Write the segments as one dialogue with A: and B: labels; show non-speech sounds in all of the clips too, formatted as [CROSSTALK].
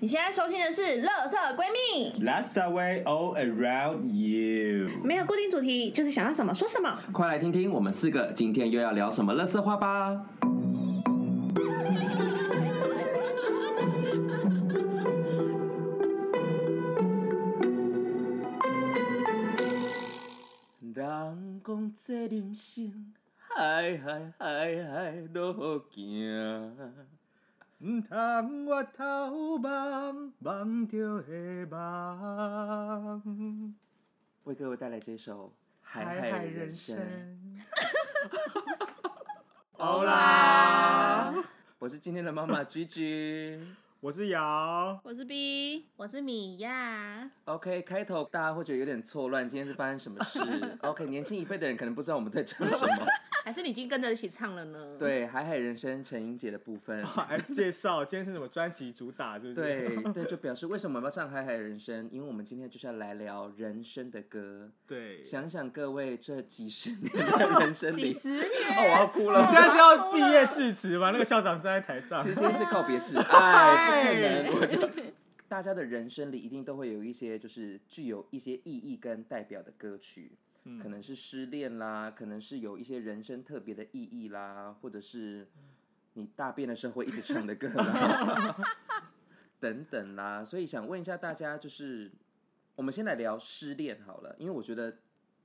A: 你现在收听的是《乐色闺蜜》，
B: That's the way all around you。
A: 没有固定主题，就是想要什么说什么。
C: 快来听听我们四个今天又要聊什么乐色话吧！人讲这人生，海海海海路行。
B: 唔通我头梦梦着的梦，
C: 为各位带来这首《海
B: 海
C: 海
B: 海
C: 人
B: 人
C: 生》。
B: 生。
C: 欧啦！我是今天的妈妈居居。
B: [LAUGHS] 我是 [LAUGHS] 瑶，
A: 我是 B，
D: 我是米
A: [LAUGHS]
D: 娅，
C: OK，开头大家会觉得有点错乱，今天是发生什么事？OK，年轻一辈的人可能不知道我们在讲什么。
D: 还是你已经跟着一起唱了呢？，
C: 对，《海海人生》陈英姐的部分，
B: 来介绍今天是什么专辑主打，是不是？
C: 对对，就表示为什么我们要唱《海海人生》，因为我们今天就是要来聊人生的歌。
B: 对。你
C: 想想各位这几十年的人生
D: 几
C: 里，
D: 十年，
C: 哦，我要
B: [LAUGHS]
C: 哭了。
B: 现在是要毕业致辞吗？那个校长站在台上
C: 其，实今天是告
B: [LAUGHS]
C: 别式，哎，不可能。我大家的人生里一定都会有一些就是具有一些意义跟代表的歌曲，
B: 嗯
C: 可能是失恋啦，可能是有一些人生特别的意义啦，或者是你大便的时候会一直唱的歌啦，
B: [LAUGHS]
C: [LAUGHS] 等等啦。所以想问一下大家，就是我们先来聊失恋好了，因为我觉得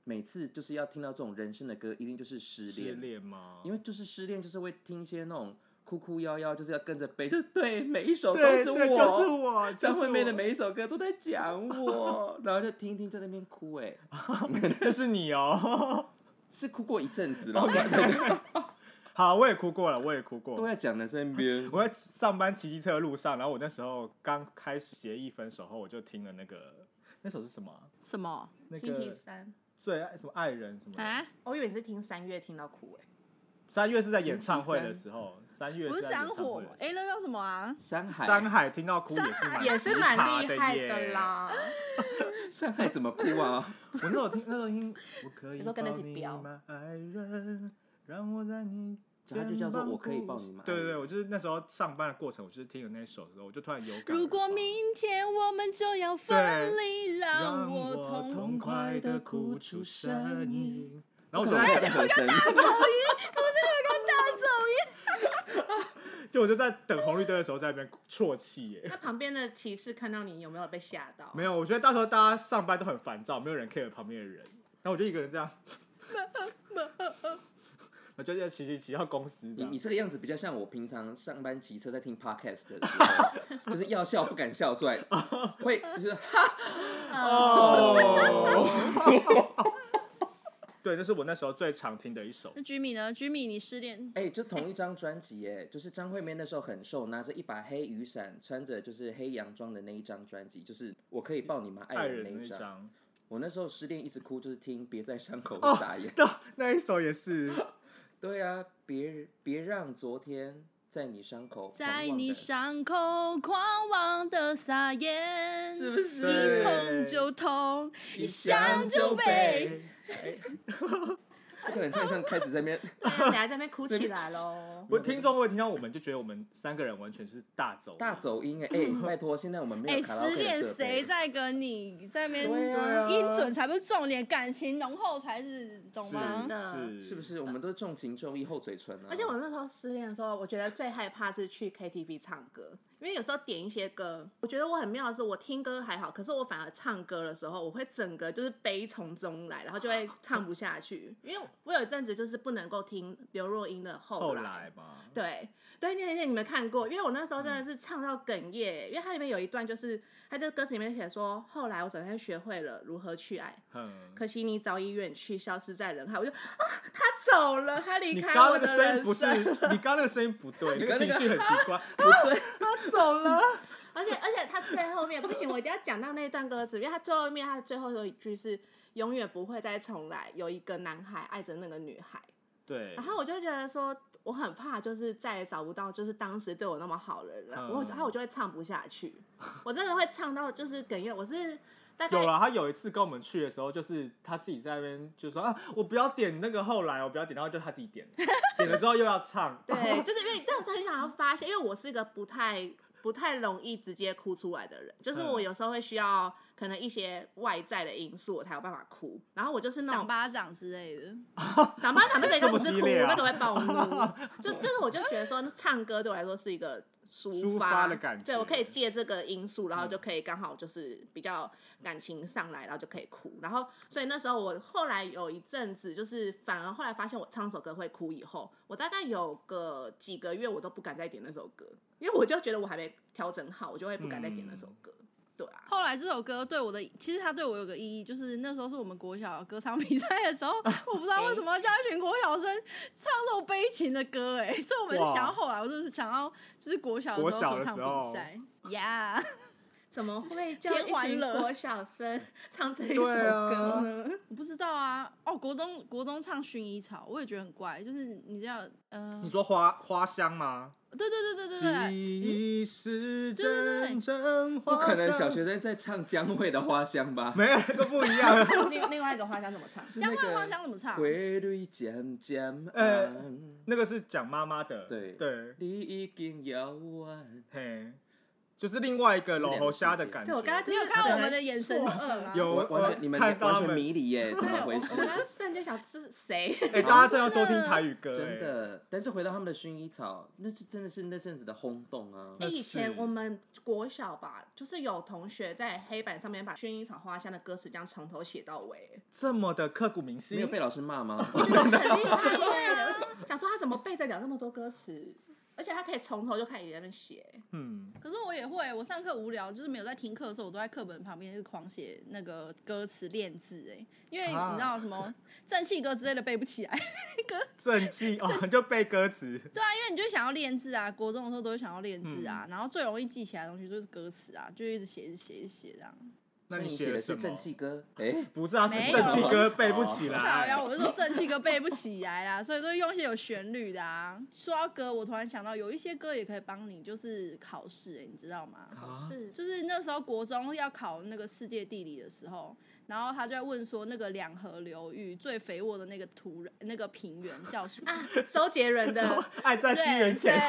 C: 每次就是要听到这种人生的歌，一定就是失
B: 失恋吗？
C: 因为就是失恋，就是会听一些那种哭哭夭夭，就是要跟着背，就对，每一首都
B: 对
C: 是
B: 对，就是
C: 我。
B: 我，
C: [LAUGHS]
B: 就
C: 张
B: 是
C: 惠妹的
B: 我，
C: 每一首歌都在讲
B: [LAUGHS]
C: 我，然后就听一听，在那边哭、哎，
B: 那是你
C: [LAUGHS]
B: 哦。
C: 是哭过一阵子了，
B: [LAUGHS] 好，我也哭过了，我也哭过。
C: [LAUGHS] 都在讲的身边。
B: 我在上班骑机车的路上，然后我那时候刚开始协议分手后，我就听了那个那首是什么啊？
A: 什么
B: 那
D: 星期
B: 个
D: 三，哦
B: 最爱什么爱人什么的？
A: 啊？
D: 我以为你是听三月听到哭哎、
B: 三月是在演唱会的时候，三月
A: 不是
B: 在演
A: 山
B: 唱会
A: 火
B: 的时候，
A: 哎、那叫什么啊？
C: 山海，
B: 山海听到哭也是蛮
D: 也是蛮
B: 奇葩
D: 厉害
B: 耶
D: 的。啦。
C: 山海怎么哭啊？
B: 我那时候听，那时候听，我可以
D: 你说跟
B: 抱
D: 得起
B: 你
D: 飙
B: 吗，爱人？让我在你
C: 这它就叫做
B: 肩膀
C: 我可以
B: 哭
C: 抱你吗
B: 对对对，我就是那时候上班的过程，我就是听了那首的时候，我就突然有感而发。
A: 如果明天我们就要分离，让
B: 让
A: 我
B: 我
A: 痛。
B: 痛快的哭出声音。 [LAUGHS] 然后我就
C: 在
B: 在， [LAUGHS]
C: 和声， [LAUGHS]
B: 就我就在等红绿灯的时候，在那边啜泣耶。
D: 那旁边的骑士看到你有没有被吓到？
B: 没有，我觉得到时候大家上班都很烦躁，没有人 care 旁边的人，然后我就一个人
C: [LAUGHS]
B: 这样，我就要骑骑骑到公司这
C: 你
B: 样
C: 你。这个样子比较像我平常上班骑车在听 podcast 的时
B: [LAUGHS]
C: 候，就是要笑不敢笑出来，会就是
B: [LAUGHS] 哦，对，那是我那时候最常听的一首
A: 那。Jimmy 呢？Jimmy，你失恋？
C: 哎、就同一张专辑，哎，就是张惠妹那时候很瘦，拿着一把黑雨伞，穿着就是黑洋装的那一张专辑，就是我可以抱你吗？
B: 爱
C: 爱人
B: 人
C: 那
B: 那一
C: 张。
B: 张，
C: 我那时候失恋一直哭，就是听别在伤口
B: 哦
C: 撒盐。
B: 对，那一首也是。
C: 对啊，别别让昨天在你伤口狂
A: 在
C: 妄
A: 你
C: 地
A: 伤口狂妄的撒盐，
C: 是
A: [LAUGHS]
C: 不
A: 一
B: 对
C: 是？
A: 碰就痛，
C: 一
A: 一想就背。。
C: 不可能唱一唱开始在那边，
D: 对啊，等下在那
B: [LAUGHS]
D: 边哭起来喽。
B: 我听众会听到我们就觉得我们三个人完全是大走
C: 大走音哎、哎、拜托，现在我们没
A: 哎、
C: 有卡拉
A: 失
C: OK
A: 恋
C: 的设
A: 谁
C: 备。
A: 在跟你在那
C: 对
A: 边
C: 啊
A: 音准才不是重点，感情浓厚才是，懂吗
D: 真？的
B: 是
C: 是不？是我们都是重情重义厚嘴唇啊？
D: 而且我那时候失恋的时候，我觉得最害怕是去 KTV 唱歌，因为有时候点一些歌，我觉得我很妙的是，我听歌还好，可是我反而唱歌的时候，我会整个就是悲从中来，然后就会唱不下去。因为我有一阵子就是不能够听刘若英的后
B: 后
D: 来。
B: 来嘛，
D: 对对，那那你们看过？因为我那时候真
B: 嗯
D: 的是唱到哽咽，因为它里面有一段就是，它这个歌词里面写说，后来我首先学会了如何去爱，
B: 嗯。
D: 可惜你早已远去，消失在人海。我就啊，他走了，他离
B: 你
D: 开
B: 刚刚
D: 我
B: 那个
D: 的
B: 声音
D: 人
B: 不是，
D: 生，
B: 你刚刚那个声音不对，
C: 你
B: 那
C: 刚
B: 个
C: 刚
B: 情
C: 那个
B: 绪很奇怪。
D: 走了。而且而且他最后面不行，我一定要讲到那一段歌词，因为他最后面他最后有一句是永远不会再重来，有一个男孩爱着那个女孩。
B: 对
D: 然，后我就觉得说，我很怕，就是再也找不到，就是当时对我那么好的人，
B: 嗯
D: 我然后我就会唱不下去，我真的会唱到就是哽咽。我是大概
B: 有了，他有一次跟我们去的时候，就是他自己在那边就说啊，我不要点那个后来，我不要点，然后就他自己点，点了之后又要唱，
D: 对，就是因为但是很想要发泄，因为我是一个不太不太容易直接哭出来的人，就是
B: 嗯
D: 我有时候会需要可能一些外在的因素，我才有办法哭。然后我就是那
A: 赏
D: 种
A: 巴掌之类的，
D: 长巴掌那个就不是
B: 这么激
D: 哭，
B: 烈啊
D: 那个会暴
B: [LAUGHS]
D: 怒。就就是我就觉得说，唱歌对我来说是一个抒
B: 抒发的感觉
D: 对我可以借这个因素，然后
B: 嗯
D: 就可以刚好就是比较感情上来，然后就可以哭。然后所以那时候我后来有一阵子，就是反而后来发现我唱首歌会哭以后，我大概有个几个月我都不敢再点那首歌，因为我就觉得我还没调整好，我就会不敢再点那首
B: 嗯
D: 歌。对啊，
A: 后来这首歌对我的，其实它对我有个意义，就是那时候是我们国小歌唱比赛的时
B: [LAUGHS]
A: 候，我不知道为什么叫一群国小生唱这种悲情的歌、哎，所以我们就
B: 哇
A: 想要后来，我就是想要就是国小的
B: 国
A: 时
B: 小
A: 候合
B: 的
A: 唱
B: 时候
A: 比赛，呀、
D: 怎么会叫
A: 偏
D: 一
A: 欢
D: 群
A: 乐
D: 国小生唱这一首
B: 对啊
D: 歌呢？
A: [LAUGHS] 我不知道啊。哦，国中国中唱薰衣草，我也觉得很怪，就是你知道，嗯、
B: 你说花花香吗？
A: 对对对对对啊对，
B: 记忆是
A: 对对对
B: 阵阵
C: 不
B: 花
C: 可能
B: 香，
C: 小学生在唱江蕙的《花香》吧？
B: 没有那个不一样。
D: [LAUGHS]
B: [LAUGHS]
D: 另另外一个花香怎么唱？
C: 是
A: 江
C: 那
A: 蕙
C: 个
A: 花香怎么唱？
C: 回蕊渐渐
B: 呃
C: 暗，
B: 那个是讲妈妈的，
C: 对
B: 对，
C: 你已经摇完。
B: 嘿，就是另外一个老猴虾的感觉。
D: 对，我刚刚就
A: 你有
D: 是
A: 看到
D: 整
A: 我
D: 个
A: 们的眼神
D: 错愕
A: 是什
B: [LAUGHS]
A: 么？
B: 有呃
C: 完完全你们
B: 看到
C: 完
B: 他
C: 全
B: 们
C: 迷
B: [LAUGHS]
C: 离耶，怎
D: 对，
C: 么
D: 我
C: 回
A: [LAUGHS]
D: 我
C: 事？
D: 刚刚瞬间想是谁？
B: 哎、大家真的要多听台语歌、哎
C: 真，的，但是回到他们的薰衣草，那是真的是那阵子的轰动啊！
B: 那
D: 以前
B: 是
D: 我们国小吧，就是有同学在黑板上面把薰衣草花香的歌词这样从头写到尾，
B: 这么的刻骨铭
C: 没有
B: 心
C: 被。老师
B: [LAUGHS]
C: 骂吗？
D: 很厉害耶！我 [LAUGHS] 想想说他怎么背得了那么多歌词，而且他可以从头就开始在那边写。
B: 嗯，
A: 可是我也会，我上课无聊，就是没有在听课的时候，我都在课本旁边就是狂写那个歌词练字哎，因为
B: 啊
A: 你知道什
C: [LAUGHS]
A: 么正气歌之类的背不起来， [LAUGHS]
B: 正气哦，就背歌词。
A: 对啊，因为你就想要练字啊，国中的时候都会想要练字
C: 嗯
A: 啊，然后最容易记起来的东西就是歌词啊，就一直写一直写一直写这样。
B: 那
C: 所以
B: 你
C: 你
B: 写
C: 的
B: 了
C: 是
B: 什
C: 正
B: 么？
C: 气哦歌？哎，
B: 不是啊，是
A: 没有
B: 正气歌背不起
A: 靠
B: 来
A: 腰，。我是说正气歌背不起来啦，所以都用一些有旋律的啊。说到歌，我突然想到有一些歌也可以帮你，就是考试、欸，你知道吗？
B: 啊
D: 是，
A: 就是那时候国中要考那个世界地理的时候，然后他就在问说那个两河流域最肥沃的那个土壤那个平原叫什么？
D: 周杰伦的，
B: [LAUGHS] 爱在西
A: [LAUGHS]
B: 元
D: 对
B: 啊前，，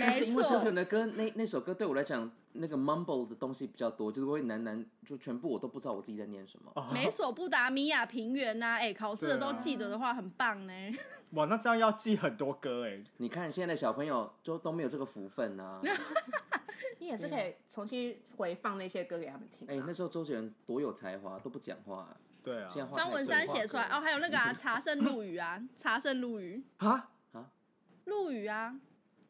C: 但是
A: 没
C: 因为周杰
A: 错
C: 伦，的歌，那那首歌对我来讲，那个 mumble 的东西比较多，就是我会喃喃，就全部我都不知道我自己在念什么。
B: 哦
A: 美索不达米亚平原呐、哎、考试的时候
B: 对啊
A: 记得的话很棒呢、
B: 哇，那这样要记很多歌哎、
C: 你看现在的小朋友就都没有这个福分呐、啊。
D: 你也是可以重新回放那些歌给他们听
C: 哎、
D: 啊。
C: 那时候周杰伦多有才华，都不讲话、
B: 对啊
C: 现，在话
A: [LAUGHS] 方文山写出来哦，还有那个啊，茶圣陆羽啊，茶圣陆羽，
B: 啊
A: 陆羽啊，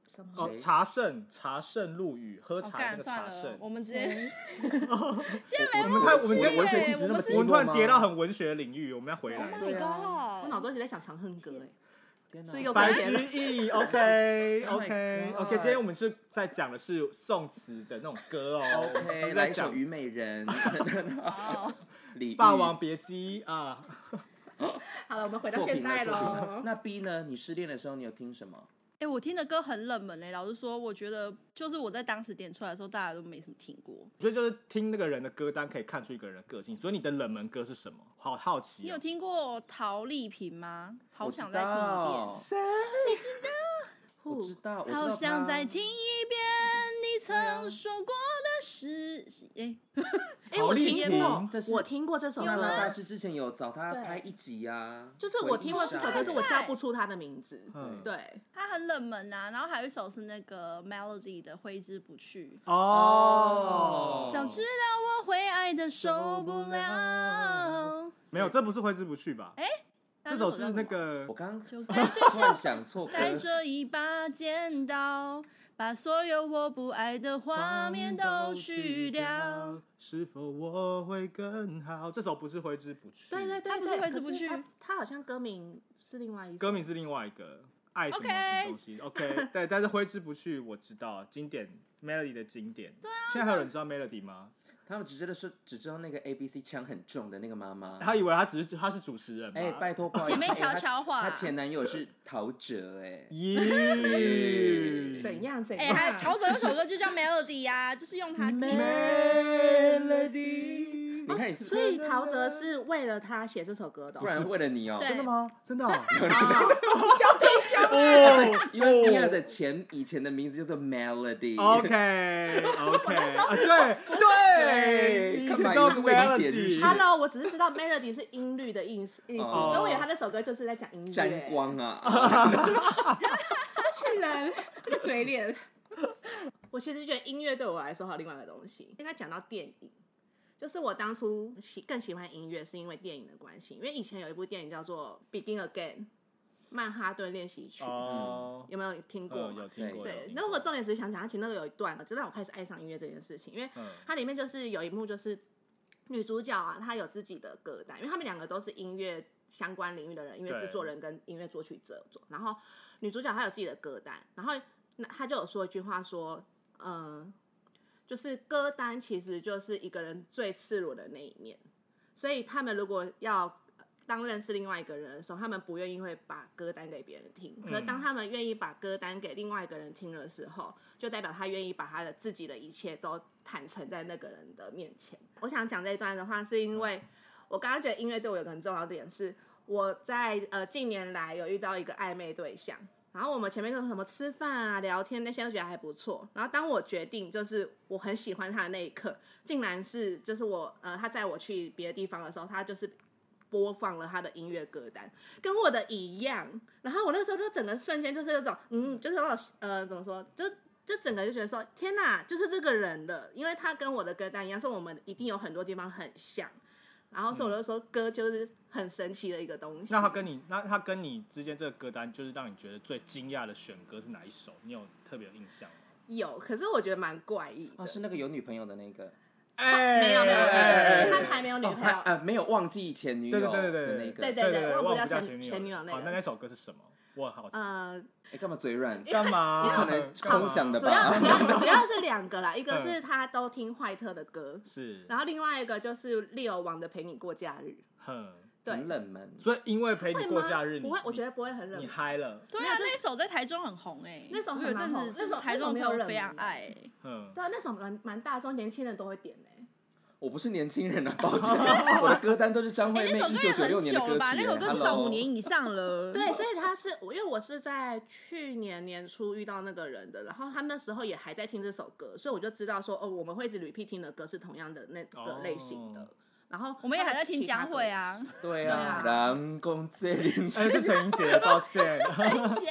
D: 什么？
B: 哦
C: 谁，
B: 茶圣茶圣陆羽，喝
A: 哦，
B: 茶那
A: 干
B: 个
A: 算
B: 茶
A: 了
B: 圣，。
A: 我们直接，
C: 竟然
B: 我们太我们今天
C: 文
B: 文学
C: 学
A: 气
C: 气质
A: 质那
C: 那
A: 么
C: 么低
A: 低
B: 欸我们突然跌到很文学领域，我们要回
A: Oh
B: 来。
A: my
D: 对啊
A: god，
D: 我脑中一直在想长恨歌，哎，是一个
B: 白
D: 白
B: 居
D: 莲
B: 易，OK [LAUGHS]
C: Oh my
B: OK
C: God
B: OK，今天我们是在讲的是宋词的那种歌 [LAUGHS] 哦
C: OK，
B: 不是
C: 来
B: 在
C: 一首
B: 讲
C: 《
B: 《
C: 虞美人》
A: 哦，
C: 李煜
B: 霸王别姬》啊，
D: 好了，我们回到
C: 作
D: 现
C: 品
D: 在
C: 了作品
D: 喽
C: 了。。那 B 呢？你失恋的时候你有听什么？
A: 哎、我听的歌很冷门嘞、欸老实说，我觉得就是我在当时点出来的时候，大家都没什么听过。
B: 所以就是听那个人的歌单可以看出一个人的个性。所以你的冷门歌是什么？好好奇、哦。
A: 你有听过陶丽萍吗？好
C: 我知
A: 想再听一遍
C: 道，，
B: 谁？
C: 我知道，我知道
A: 好想
C: 他
A: 再听一遍你曾说过的事。哎、
D: 哎，我
B: 丽
D: 听
B: 萍
D: 过
C: 这，是
D: 我听过这首
C: 娜娜
D: 歌
C: 大。师之前有找他
D: 对
C: 拍一集啊，
D: 就是我听过这首歌，是我
A: 对
D: 叫不出他的名字。
B: 嗯，
D: 对，
A: 它很冷门呐、然后还有一首是那个 Melody 的《挥之不去》。
B: 哦，
A: 想知道我会爱的受不了。
B: 没有，这不是挥之不去吧？这首是那个
C: 我刚
A: 就
C: 刚
A: 该去
C: 突然想错歌，
A: 带着一把剪刀，把所有我不爱的画面都去掉。。
B: 是否我会更好？这首不是挥之不去，
D: 对对对，
A: 他不是
D: 对
A: 挥之不
D: 可是
A: 去
D: 他他好像歌名是另外一首
B: 歌名是另外一个。爱什么
A: OK
B: 什么东西？OK，对， [LAUGHS] 但是挥之不去，我知道经典 melody 的经典。对啊，现在还有人知道 melody 吗？
C: 他们只知道是只知道那个 A B C 腔很重的那个妈妈。
B: 他以为他只是他是主持人吧。
C: 哎，拜托，不好意思
A: 姐妹
C: 哎
A: 悄啊
C: 她
A: 悄话
C: 她前男友是陶喆，哎，
B: [LAUGHS] 咦，
D: 怎样怎
A: 哎、
D: 样。
A: 啊还有陶喆有首歌就叫 Melody 呀、就是用他
B: melody？
C: 你看你是不
D: 所
C: 是，
D: 以陶喆是为了他写这首歌的哦、
C: 不然为了你哦、
A: 对
B: 真的吗？真 [LAUGHS] 的、哦？
C: 因为米娅的前以前的名字叫做 Melody。
B: 哦
C: [LAUGHS]
B: OK OK 啊，对对，
C: 对
B: 以
C: 干嘛
B: 前叫
C: 以为是为你写日记
B: melody，
D: Hello，我只是知道 melody 是音律的意思，意思，
C: 哦
D: 所以我以为他那首歌就是在讲音乐。
C: 沾
B: [LAUGHS]
C: 光
B: 哦
C: 啊！
D: 去 [LAUGHS] 人，这个嘴脸。我其实觉得音乐对我来说还有另外一个东西。应该讲到电影，就是我当初喜更喜欢音乐是因为电影的关系，因为以前有一部电影叫做《Begin Again》，曼哈顿练习曲，
B: 哦，
D: 有没有听过
B: 嗯，
D: 嘛？
B: 有听过，有
D: 对，
B: 听
D: 那我
B: 过
D: 重点只是想讲，它其实那个有一段，就让我开始爱上音乐这件事情，因为
B: 嗯
D: 它里面就是有一幕就是女主角啊，她有自己的歌单，因为他们两个都是音乐相关领域的人，音乐
B: 对
D: 制作人跟音乐作曲者做。然后女主角她有自己的歌单，然后那她就有说一句话说，嗯、就是歌单其实就是一个人最赤裸的那一面，所以他们如果要。当认识另外一个人的时候，他们不愿意会把歌单给别人听。可是
B: 嗯
D: 当他们愿意把歌单给另外一个人听的时候，就代表他愿意把他的自己的一切都坦诚在那个人的面前。我想讲这一段的话，是因为我刚刚觉得音乐对我有个很重要的点是，我在呃近年来有遇到一个暧昧对象，然后我们前面说什么吃饭啊、聊天那些都觉得还不错，然后当我决定就是我很喜欢他的那一刻，竟然是就是我呃他载我去别的地方的时候，他就是。播放了他的音乐歌单，跟我的一样。然后我那时候就整个瞬间就是那种，嗯，就是那种呃，怎么说，就就整个就觉得说，天哪，就是这个人了，因为他跟我的歌单一样，所以我们一定有很多地方很像。然后所以我就说，歌就是很神奇的一个东西。
B: 那他跟你，那他跟你之间这个歌单，就是让你觉得最惊讶的选歌是哪一首？你有特别有印象吗？
D: 有，可是我觉得蛮怪异的。
C: 哦，是那个有女朋友的那个，
B: 哎
D: 没有没有，
C: 哎
D: 没有
C: 哎
D: 他还没有女
C: 哦，
D: 朋
C: 他
D: 友。
C: 啊没有忘记前女友
B: 对对对对
C: 的那
B: 对
C: 个，
B: 对
D: 对
B: 对，
D: 忘不
B: 忘
D: 掉
B: 掉
D: 前前女友那
B: 好，
D: 个
B: 哦那那首歌是什么？我很好奇。
D: 呃，
C: 哎，干嘛嘴软？
B: 干嘛？
C: 可能
B: 干嘛
C: 空想的
D: 主
C: 吧
D: 要主要主要是两个啦，一个
B: 嗯
D: 是他都听坏特的歌，
B: 是，
D: 然后另外一个就是利友王的陪你过假日。
B: 哼。
D: 对
C: 很，冷门。
B: 所以因为陪你
D: 会
B: 过
D: 吗
B: 假日，
D: 不
B: 你
D: 会，我
B: 你
D: 觉得不会很冷
B: 你
D: 门。
B: 嗨了，
A: 对
D: 没有
A: 啊，
D: 这
A: 那一首在台中很红哎、
D: 那首
A: 我
D: 还
A: 有
D: 蛮
A: 阵子
D: 红
A: 就是
D: 那首
A: 台中的
D: 那
A: 朋
D: 首没
A: 友
D: 有
A: 非
D: 人
A: 常爱、哎
B: 嗯，
D: 对啊，那首蛮蛮大众，年轻人都会点嘞、
C: 我不是年轻人啊，抱
B: [LAUGHS]
C: 歉，我的歌单都是张
A: 哎、
C: 惠妹
A: 那首
C: 一
A: 歌也
C: 九九六
A: 很
C: 年的
A: 久
C: 歌
A: 了吧？
C: 曲
A: 那首歌至少五年
C: ，Hello
A: 以上了。
D: 对，所以他是我，因为我是在去年年初遇到那个人的，然后他那时候也还在听这首歌，所以我就知道说，哦，我们会一直 repeat 听的歌是同样的那个类型的。
B: 哦
D: 然后
A: 我们也
D: 他
A: 还
D: 的
A: 在听
D: 其他
A: 江
D: 歌
A: 蕙
D: 也
A: 啊
D: 是。，
C: 对
D: 对啊
C: 啊，南宫最灵
B: 哎，是陈英杰，
A: [LAUGHS]
B: 抱歉，
A: 姐，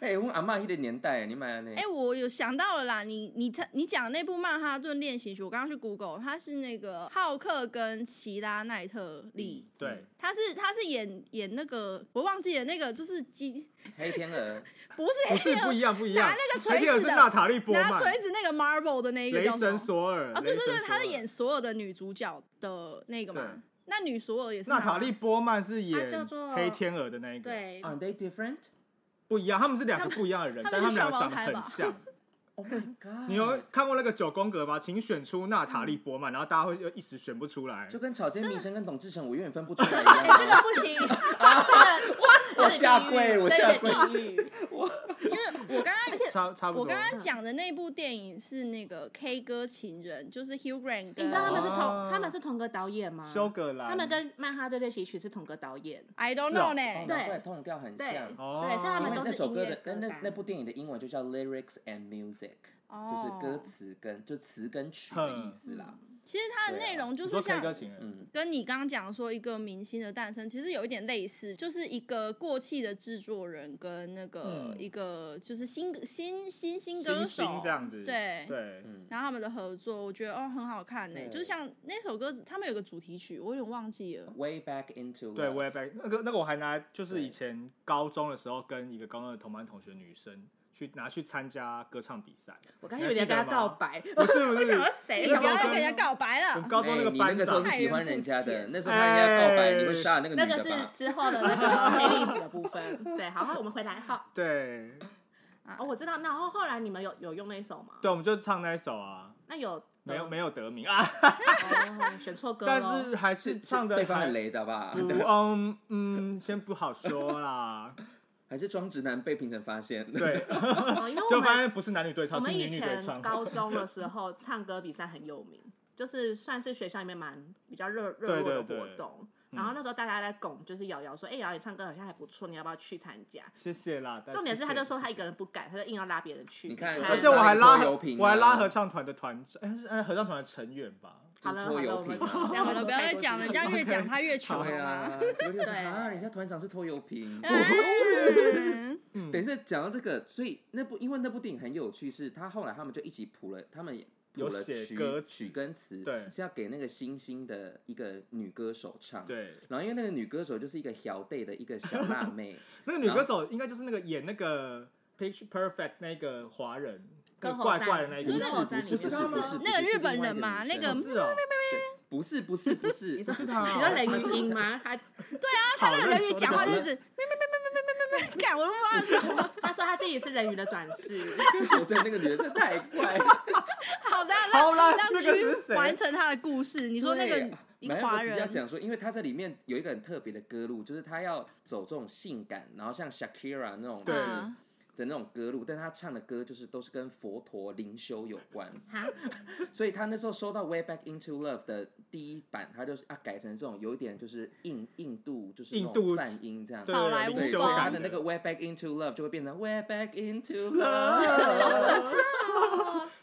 C: 哎，我阿妈那个年代，你买那
A: 哎、我有想到了啦，你你你讲的那部《曼哈顿练习曲》，我刚刚去 Google，它是那个浩克跟齐拉奈特利，
C: 嗯
B: 对，
A: 他是他是演演那个我忘记了那个就是鸡，
C: 黑天鹅，
A: 不是
B: 不是不一样，不一样，
A: 拿那个
B: 黑
A: 锤
B: 天鹅
A: 子
B: 是
A: 的
B: 娜塔莉波
A: 拿
B: 曼，
A: 锤子那个 Marvel 的那一个
B: 雷
A: 叫什
B: 神
A: 么？
B: 索尔，
A: 哦，对
B: 雷
A: 对
B: 神
A: 对，
B: 索
A: 他是
B: 尔
A: 演所有的女主角的那个嘛
B: 对。
A: 那女索尔也是
B: 娜
A: 她
B: 塔
A: 吗
B: 莉，波曼是
D: 叫
B: 演
D: 做
B: 黑天鹅的那一个，，
D: 对，
C: Are they different?
B: 不一样，他们是两个不一样的人，
A: 他
B: 但
A: 们
B: 他
A: 他
B: 们
A: 们
B: 两个
A: 是
B: 长
A: 双胞胎
B: 得
A: 吧
B: 很像。
A: [LAUGHS]
C: Oh my god！
B: [LAUGHS] 你有看过那个九宫格吗？请选出娜塔莉波曼，然后大家会一时选不出来
C: 就。跟草间弥生跟董志成，我永远分不出来一
A: [LAUGHS]
D: 哎、这个
C: 样。啊
D: 不行，这个
C: [LAUGHS]
D: [LAUGHS]
C: 我下跪我下跪
D: 这有点地狱
A: 因为我刚刚
B: [LAUGHS] 差差不
A: 我
B: 多
A: 刚。刚讲的那部电影是那个 K 歌情人，就是 Hugh Grant
D: 你
A: 跟
D: 知道他们是同、
B: 哦
D: 他们是同个导演吗？
B: 修格兰，
D: 他们跟曼哈顿练习曲是同个导演，
A: I don't
B: 是哦
A: know 呢
C: 哦，难怪痛调很
D: 对、
C: 像。
B: 哦
D: 对，所以他
C: 因
D: 们
C: 为
D: 都
C: 那
D: 是
C: 首
D: 音
C: 歌
D: 乐
C: 的那那
D: 单
C: 那部电影的英文就叫 lyrics and music，就是
A: 哦，
C: 歌词跟就词跟曲的意思啦。
A: 其实它的内容就
B: 啊你
A: 是
B: 说
A: 像
B: 歌情人，
C: 嗯，
A: 跟你刚刚讲说一个明星的诞生，其实有一点类似，就是一个过气的制作人跟那个、
B: 嗯
A: 一个就是新新新新歌
B: 星
A: 手
B: 星这样子，
A: 对
B: 对，
A: 然后他们的合作，我觉得哦很好看呢、
C: 对
A: 就像那首歌，他们有个主题曲，我有点忘记了。
C: 嗯 Way back into
B: 对
C: Love
B: w a back 那个那个我还拿，就是
C: 对
B: 以前高中的时候跟一个高中的同班同学女生去拿去参加歌唱比赛。
D: 我刚才有点跟他告白，
B: 不是不
D: [LAUGHS] 我
B: 是
D: 想到，谁
A: 你
B: 那
A: 不
B: 时
A: 要
B: 候
A: 再
B: 跟
A: 跟人家告白
B: 我们
A: 了，
B: 高中那个
C: 哎你那
B: 班
C: 个时候
B: 长
C: 是，喜欢人家
A: 害
C: 的，
A: 人
C: 那时候他人家告白，
B: 哎
C: 你会杀那个
D: 那
C: 女
D: 个
C: 的
D: 是
C: 吧？
D: 之后的 [LAUGHS] 那个黑历史的部分。对，好，我们回来好。
B: 对
D: 哦，我知道。然后后来你们有有用那一首吗？
B: 对，我们就唱那一首啊，
D: 那有
B: 没有没
D: 有、
B: 有得名啊，
D: 哦选错嗯歌
C: [LAUGHS]
D: 咯
B: 但是还是唱的
C: 对方很雷的啊吧？ [LAUGHS]
B: 嗯嗯，先不好说啦。
C: 还是装直男被评审发现？ [LAUGHS]
B: 对，
D: 哦，因为我
B: 就发
D: 们
B: 现不是男女对
D: 我
B: 唱，是
D: 们
B: 女
D: 以
B: 女对
D: 前
B: 唱。
D: 高中的时候唱歌比赛很有名，就是算是学校里面蛮比较热热
B: 对
D: 络的
B: 对
D: 活
B: 对嗯
D: 动。然后那时候大家在拱，就是瑶瑶说：“哎、瑶瑶，你唱歌好像还不错，你要不要去参加
B: [LAUGHS] 谢谢啦。？”但
D: 重点是，
B: 呃谢
D: 他
B: 谢
D: 就说
B: 谢
D: 他
B: 谢
D: 一个人不敢，他就硬要拉别人去。
C: 你看
D: 他
B: 而
C: 而
B: 且
C: 且
B: 我
C: 我
B: 还
C: 还
B: 拉
C: 拉
B: 合
C: 油瓶，啊
B: 我还拉合唱团的团长，哎、是哎合唱团的成员吧？
D: 好了好
C: 就是拖
D: 了，
C: 油
D: 我们
C: 瓶啊
A: 好了，不要再讲了，人家越讲他越穷，好
C: 对
A: 吗？哎
D: [LAUGHS]
C: 啊，怎么就是
D: 对
C: 啊？人家团长是拖油 [LAUGHS] 瓶。
B: 哎
A: 嗯
B: 嗯，
C: 等一下讲到这个，所以那部因为那部电影很有趣，是他后来他们就一起谱了，他们也谱
B: 有
C: 了
B: 写
C: 曲
B: 歌词
C: 曲跟词，
B: 对
C: 是要给那个星星的一个女歌手唱。。
B: 对，
C: 然后因为那个女歌手就是一个小 day 的一个小辣
B: [LAUGHS]
C: 妹，
B: 那个女歌手应该就是那个演那个《Pitch Perfect》那个华人，那
D: 跟
B: 个
D: 火
B: 怪
D: 山
B: 怪的那
D: 不
B: 个，
D: 是火
C: 不
D: 山
C: 是
D: 里
C: 不是
D: 面
C: 不是
D: 吗
C: 不是
A: 那个
C: 是
A: 日本
C: 另外一
A: 人嘛
C: 女生
A: 那个
B: 是哦，
C: 不是不是不
A: [LAUGHS]
C: 是，
D: 你
B: 不
D: 说
B: 是
D: 你
B: 他啊
D: 说
C: [LAUGHS]
D: 雷雨音吗？他
B: 他
A: 那个人一讲话就是，干我都不知道，
D: 他说他自己是人鱼的转世，
C: 我真的那个女的真的太怪了。
A: 好的，
B: 好啦
A: 让
B: 那
A: 让
B: 个是
A: 君
B: 谁
A: 完成他的故事。 [LAUGHS] 你说那
C: 对
A: 个一
C: 没有
A: 华
C: 我只是要
A: 人，
C: 讲说，因为他在里面有一个很特别的歌路，就是他要走这种性感，然后像 Shakira 那种
B: 对
A: 嗯
C: 的那种歌路，但他唱的歌就是都是跟佛陀灵修有关，
D: 哈，
C: [LAUGHS] 所以他那时候收到《Way Back Into Love》的第一版，他就是啊改成这种有一点就是印印度就是那
B: 印
C: 种
B: 度
C: 泛音这样，
B: 对
A: 好莱坞
B: 有灵
C: 对，
B: 修
C: 所以
A: 风
C: 他
B: 感
C: 的那个《Way Back Into Love》就会变成《Way Back Into Love》。
B: 个，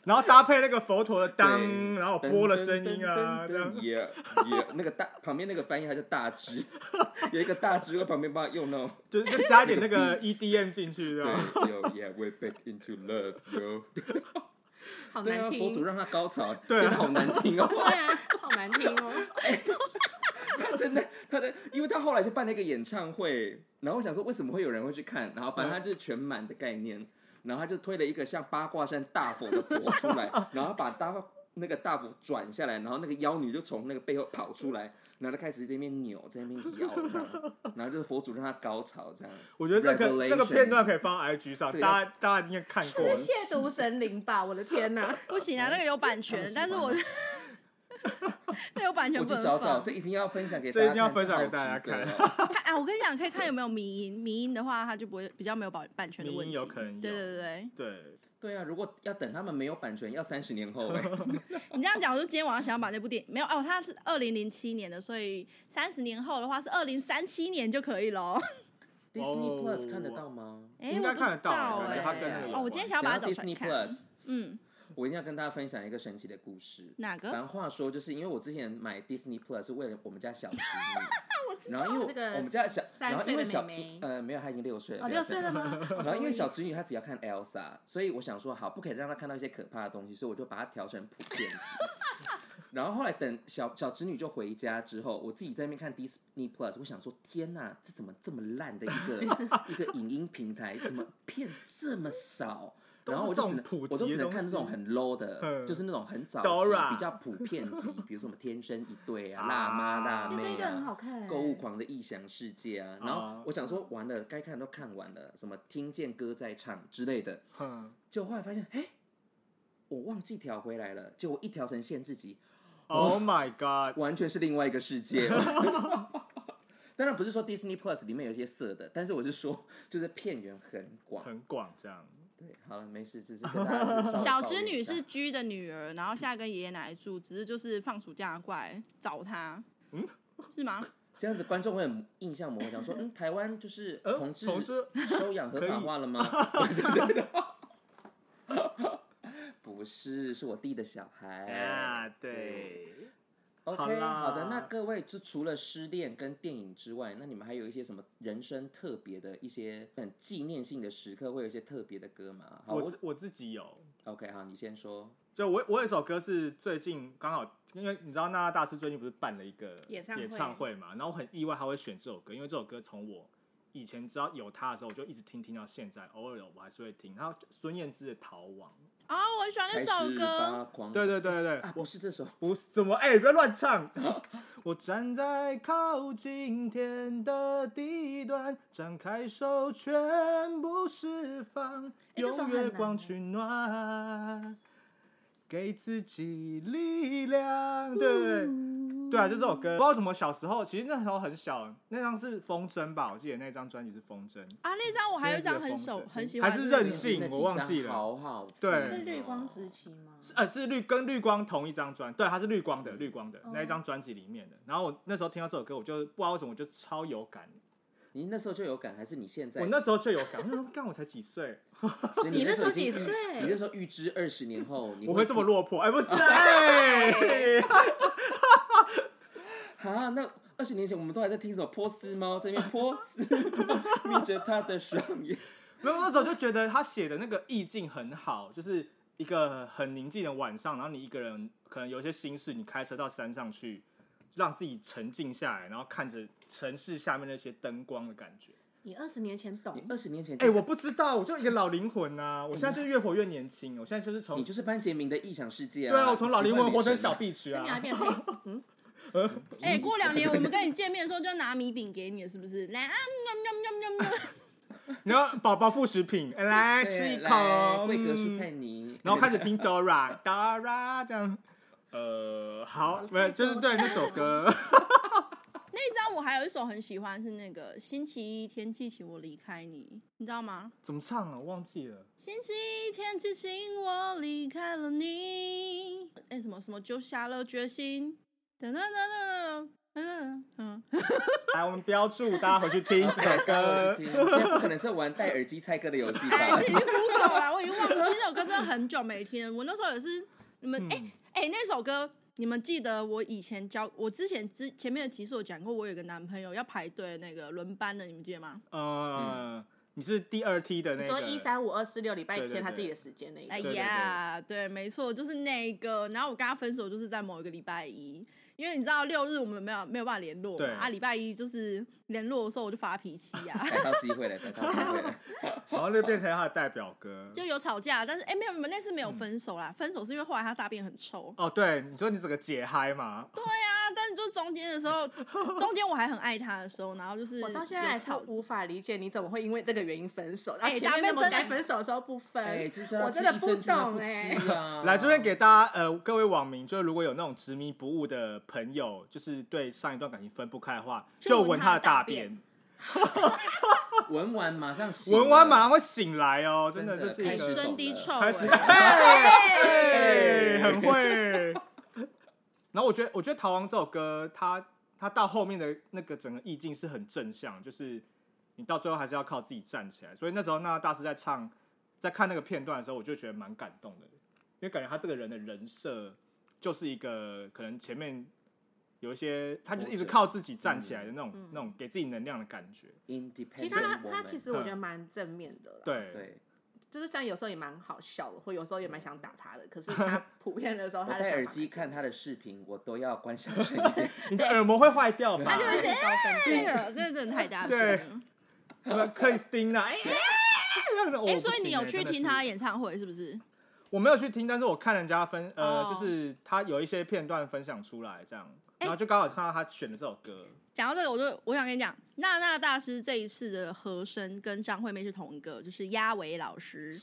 B: 然后搭配那个佛陀的 [LAUGHS] 当，
C: 对
B: 然后波的声音啊，这样
C: 也也那个大旁边那个翻译还是大
B: [LAUGHS]
C: 只，有一个大只在旁边帮他用那种，
B: 就是就加一点那个 EDM 进去，这
C: 对
B: 样。
C: 有 yeah we back into love yo，
D: 好
C: 对
D: 难
C: 啊，佛祖
D: 听，
C: 让他高潮，
B: 对啊
C: 真的好难听哦，
D: 对啊，好难听
C: [LAUGHS]
D: 哦。
C: 他 [LAUGHS] 真的他的，因为他后来就办了一个演唱会，然后我想说为什么会有人会去看，然后
B: 嗯
C: 反正他就是全满的概念，然后他就推了一个像八卦山大佛的佛出
B: [LAUGHS]
C: 来，然后把大那个大佛转下来，然后那个妖女就从那个背后跑出来，然后就开始在那边扭，在那边摇这样，
B: [LAUGHS]
C: 然后就是佛祖让他高潮这样。
B: 我觉得这个
C: Revelation
B: 这个片段可以放 IG 上，
C: 这个
B: 大家大家应该看过
D: 那。是亵渎神灵吧？我的天哪！
A: 不行
B: 哦
A: 啊，那个有版权，
C: 他
A: 但
C: 们喜欢
A: 是我 [LAUGHS] 那有版权
C: 我
A: 不
C: 去
A: 能
C: 找找，
A: 放
C: 这。一定要分享给
B: 这
C: 大
B: 一
C: 家，
B: 定要分享给大家看
C: 看这好值得哦。
A: 看啊，我跟你讲，可以看有没有迷音，迷音的话，它就不会比较没有版版权的
B: 迷因
A: 问题。
B: 有可能有
A: 对对对，
B: 对，
C: [LAUGHS] 对啊，如果要等他们没有版权，要三十
B: [LAUGHS]
C: 年后哎、
A: [LAUGHS] 你这样讲，我就今天晚上想要把那部电影没有哦，它是二零零七年的，所以三十年后的话是二零三七年就可以喽。
C: Disney
B: 哦
C: Plus 看得到吗？
A: 哎，
B: [LAUGHS] 应该
A: 我不
B: 看得
A: 知
B: 到
A: 道
B: 感
A: 哎
B: 觉它跟那个有
A: 哦，我今天想要把它
C: 讲
A: 找
C: 到
A: 出来
C: Disney
A: 看。
C: Plus，
A: 嗯，
C: 我一定要跟大家分享一个神奇的故事。
A: 哪
C: 反
A: 个？
C: 正话说，就是因为我之前买 Disney Plus 是为了我们家
D: [LAUGHS]
C: 小侄女，然后因为
D: 这个
C: 我们家小，
D: 三
C: 然后
D: 岁
C: 因为
D: 的
C: 小
D: 妹妹
C: 呃没有，她已经六岁了，
D: 哦，
C: 不要
D: 六岁
C: 讲
D: 了
C: [LAUGHS]
D: 吗？
B: [LAUGHS]
C: 然后因为小侄女她只要看 Elsa，所以我想说好，不可以让她看到一些可怕的东西，所以我就把它调成普
B: [LAUGHS]
C: 遍级。然后后来等小小侄女就回家之后，我自己在那边看 Disney Plus，我想说天呐，这怎么这么烂
B: [LAUGHS]
C: 的一个一个影音平台，怎么片这么少？
B: 都是
C: 然后我就只
B: 这
C: 能
B: 种普及的
C: 我都只能看
B: 东西
C: 那种很 low 的，
B: 嗯
C: 就是那种很早
B: Dora
C: 期比较普遍级，比如说什么天生一对啊、辣妈辣
D: 这是一
C: 妹
D: 个很
C: 啊
D: 好。看，
C: 购物狂的异想世界啊，然
B: 啊
C: 后我想说完了，该看的都看完了，什么听见歌在唱之类的，
B: 哼，
C: 就后来发现，哎、我忘记调回来了，就我一调成限制级，
B: Oh my god！
C: 完全是另外一个世界。 [LAUGHS] 当然不是说 Disney Plus 里面有一些色的，但是我是说，就是片源很广。
B: 很广这样，
C: 对，好了，没事，只是跟大家稍微
A: 小
C: 抱
A: 织
C: 怨一
A: 女
C: 下
A: 是 G 的女儿，然后现在跟爷爷奶奶住，只是就是放暑假过来找她，
B: 嗯
A: 是吗？
C: 这样子，观众会很印象模糊，想说，嗯，台湾就是
B: 呃
C: 同志
B: 同志
C: [LAUGHS] 收养合
B: 可以
C: 法化了吗？对对对对 [LAUGHS] 不是，是我弟的小孩
B: 啊，对。
C: OK，
B: 好
C: 好
B: 啦
C: 的，那各位就除了失恋跟电影之外，那你们还有一些什么人生特别的一些很纪念性的时刻，会有一些特别的歌吗？好，
B: 我
C: 我
B: 自我自己有，
C: OK，好，你先说。
B: 就我我有一首歌是最近刚好，因为你知道娜娜大师最近不是办了一个
D: 演唱会
B: 会嘛，然后我很意外他会选这首歌，因为这首歌从我以前知道有他的时候，我就一直听听到现在，偶尔我还是会听。然后孙燕姿的《逃亡
A: 啊、我很喜欢那
C: 开
A: 首
C: 始
A: 歌。
C: 发狂。》，
B: 对对对对对
C: 啊，，不是这首，
B: 不是怎么哎、不要乱唱。我站在靠近天的地段，张开手全部释放，
D: 哎这
B: 用
D: 首很欸
B: 月
D: 难
B: 光
D: 欸
B: 取暖。给自己力量。对，
D: 嗯
B: 对啊，就这首歌，不知道怎么小时候，其实那时候很小，那张是风筝吧？我记得那张专辑是风筝，
A: 啊，那张我还有一张很
B: 现在
A: 手
B: 这个风筝
A: 很喜
B: 还
A: 欢，
B: 是任
A: 任
B: 性我忘记了
C: 好好，哦
B: 对
D: 是绿光时期吗？
B: 是呃是绿跟绿光同一张专，对，它是绿光的，绿光的、那一
D: 哦
B: 张专辑里面的。然后我那时候听到这首歌，我就不知道为什么我就超有感，
C: 你那时候就有感，还是你现在？
B: 我那时候就有感，我那时候干我才几岁，
C: 所以
D: 你
C: 那
D: 那时候
C: 已经
D: 几
C: 预
D: 岁
C: 你那时候预知二十年后你
B: 我会这么
C: 落
B: 落魄？哎、不是，哎、
C: [LAUGHS]
B: [LAUGHS]
C: 啊？那二十年前我们都还在听什么波斯猫，在那边波斯
B: [LAUGHS]
C: 猫眯着他的双眼，
B: 没有，那时候就觉得他写的那个意境很好，就是一个很宁静的晚上，然后你一个人可能有一些心事，你开车到山上去，让自己沉静下来，然后看着城市下面那些灯光的感
C: [LAUGHS]
B: 觉。
D: 你二十年前懂
C: 你，二十年前
B: 哎、我不知道，我就一个老灵魂呐、我现在就是越活越年轻，我现在就是从
C: 你就是班杰明的异想世界啊！
B: 对啊，我从老灵魂活成小
C: 奇
B: 碧池
C: [LAUGHS]
D: 所以你还
B: 啊。
D: 变黑，嗯，
A: 哎、过两年我们跟你见面的时候就拿米饼给你了，是不是？来啊，喵喵喵喵喵，
B: 然后宝宝副食品，哎来
C: 怪
B: 吃
C: 变
B: 一
C: 神
B: 口，
C: 啊对来桂格
B: 嗯
C: 蔬菜泥，
B: 然后开始听 Dora Dora 这样，呃，好，没有，就是对那首歌。
A: 那张我还有一首很喜欢是那个星期一天气晴我离开你，你知道吗？
B: 怎么唱啊？忘记了。
A: 星期一天气晴我离开了你，哎、什么什么就下了决心，等等等等等，嗯嗯，
B: 来，我们标注，大家回去听这
C: [LAUGHS]
B: 首歌。
C: 听，现在不可能是玩戴耳机猜歌的游戏
A: 哎、
C: 吧，
A: 自？己去 Google 啦，我已经忘记这首歌，真的很久没听了。我那时候也是，你们哎、
B: 嗯
A: 哎、那首歌，你们记得我以前教我之前之前面的集数有讲过，我有一个男朋友要排队那个轮班的，你们记得吗？
B: 呃，你是第二梯的
D: 你
B: 那
D: 说
B: 个。
D: 一三五二四六礼拜
B: 对对
D: 天他
B: 对
D: 自己的时间那一
A: 哎
D: 个，
B: 对对
A: 呀，对，没错，就是那个。然后我跟他分手就是在某一个礼拜一，因为你知道六日我们没有没有办法联络嘛
B: 对，
A: 啊，礼拜一就是联络的时候我就发脾气啊
B: [LAUGHS]
C: 逮到机会了，逮到机会
D: [LAUGHS]
C: 了。
B: 然后就变成他的代表歌。
A: 就有吵架，但是哎、没有没有，那次没有
B: 嗯
A: 分手啦，分手是因为后来他大便很臭。
B: 哦，对，你说你整个解嗨嘛？
A: 对啊，但是就中间的时候，中间我还很爱他的时候，然后就是
D: 我到现在还
A: 有
D: 是
A: 吵
D: 无法理解你怎么会因为这个原因分手，然
A: 哎
D: 后前面
A: 大
D: 那
A: 妹
D: 么
A: 真的
D: 该分手的时候不
C: 哎，
D: 分，
C: 就是知道
D: 啊我
C: 吃
D: 真的
C: 益
D: 不
C: 生菌它
D: 懂
C: 不
D: 哎 [LAUGHS]
C: 吃啊。
B: 来这边给大家呃各位网民，就是如果有那种执迷不悟的朋友，就是对上一段感情分不开的话，就
A: 就闻
B: 闻
A: 他
B: 他
A: 的
B: 的
A: 大
B: 大
A: 便
B: 便，
C: 闻完马上醒了，
B: 闻完马上会醒来哦，真的
C: 真
B: 这
C: 的
B: 是一
A: 还
C: 开
A: 是
B: 个
C: 始
A: 真的臭、
B: 开始，
A: 欸。 [LAUGHS]
B: 哎，很会。然后我觉得，我觉得《逃亡》这首歌，它它到后面的那个整个意境是很正向，就是你到最后还是要靠自己站起来。所以那时候，那大师在唱，在看那个片段的时候，我就觉得蛮感动的，因为感觉他这个人的人设就是一个可能前面有一些，他就是一直靠自己站起来的那种、
D: 嗯
B: 那种给自己能量的感觉。
C: 嗯
D: 其
C: independent
D: 实他
C: woman
D: 他其实我觉得蛮正面的啦，
B: 对，
C: 嗯对，
D: 就是像有时候也蛮好笑的，或有时候也蛮想打他的，可是
C: [LAUGHS]
D: 他普遍的时候
C: 嗯我
D: 他的
C: 戴
D: 想
C: 耳
D: 法
C: 机
D: 蛮
C: 看他的视频，我都要关小声一点。
B: 你的耳膜会坏掉吧？
C: 他就会哎
D: 有点
B: 哎
D: 高分
A: 那
D: 辨。
A: 个啊真的真的太大声
B: 对
A: 了。
B: 那克里斯汀娜，哎、
A: 哎、
B: 哎
A: 所以你有去听他演
B: 演？真的是
A: 唱会是不是？
B: 我没有去听，但是我看人家分，呃
A: 哦
B: 就是他有一些片段分享出来这样，
A: 哎
B: 然后就刚好看到他选的这首歌，
A: 讲到这个，我就我想跟你讲，娜娜大师这一次的和声跟张惠妹是同一个，就是鸭尾老师，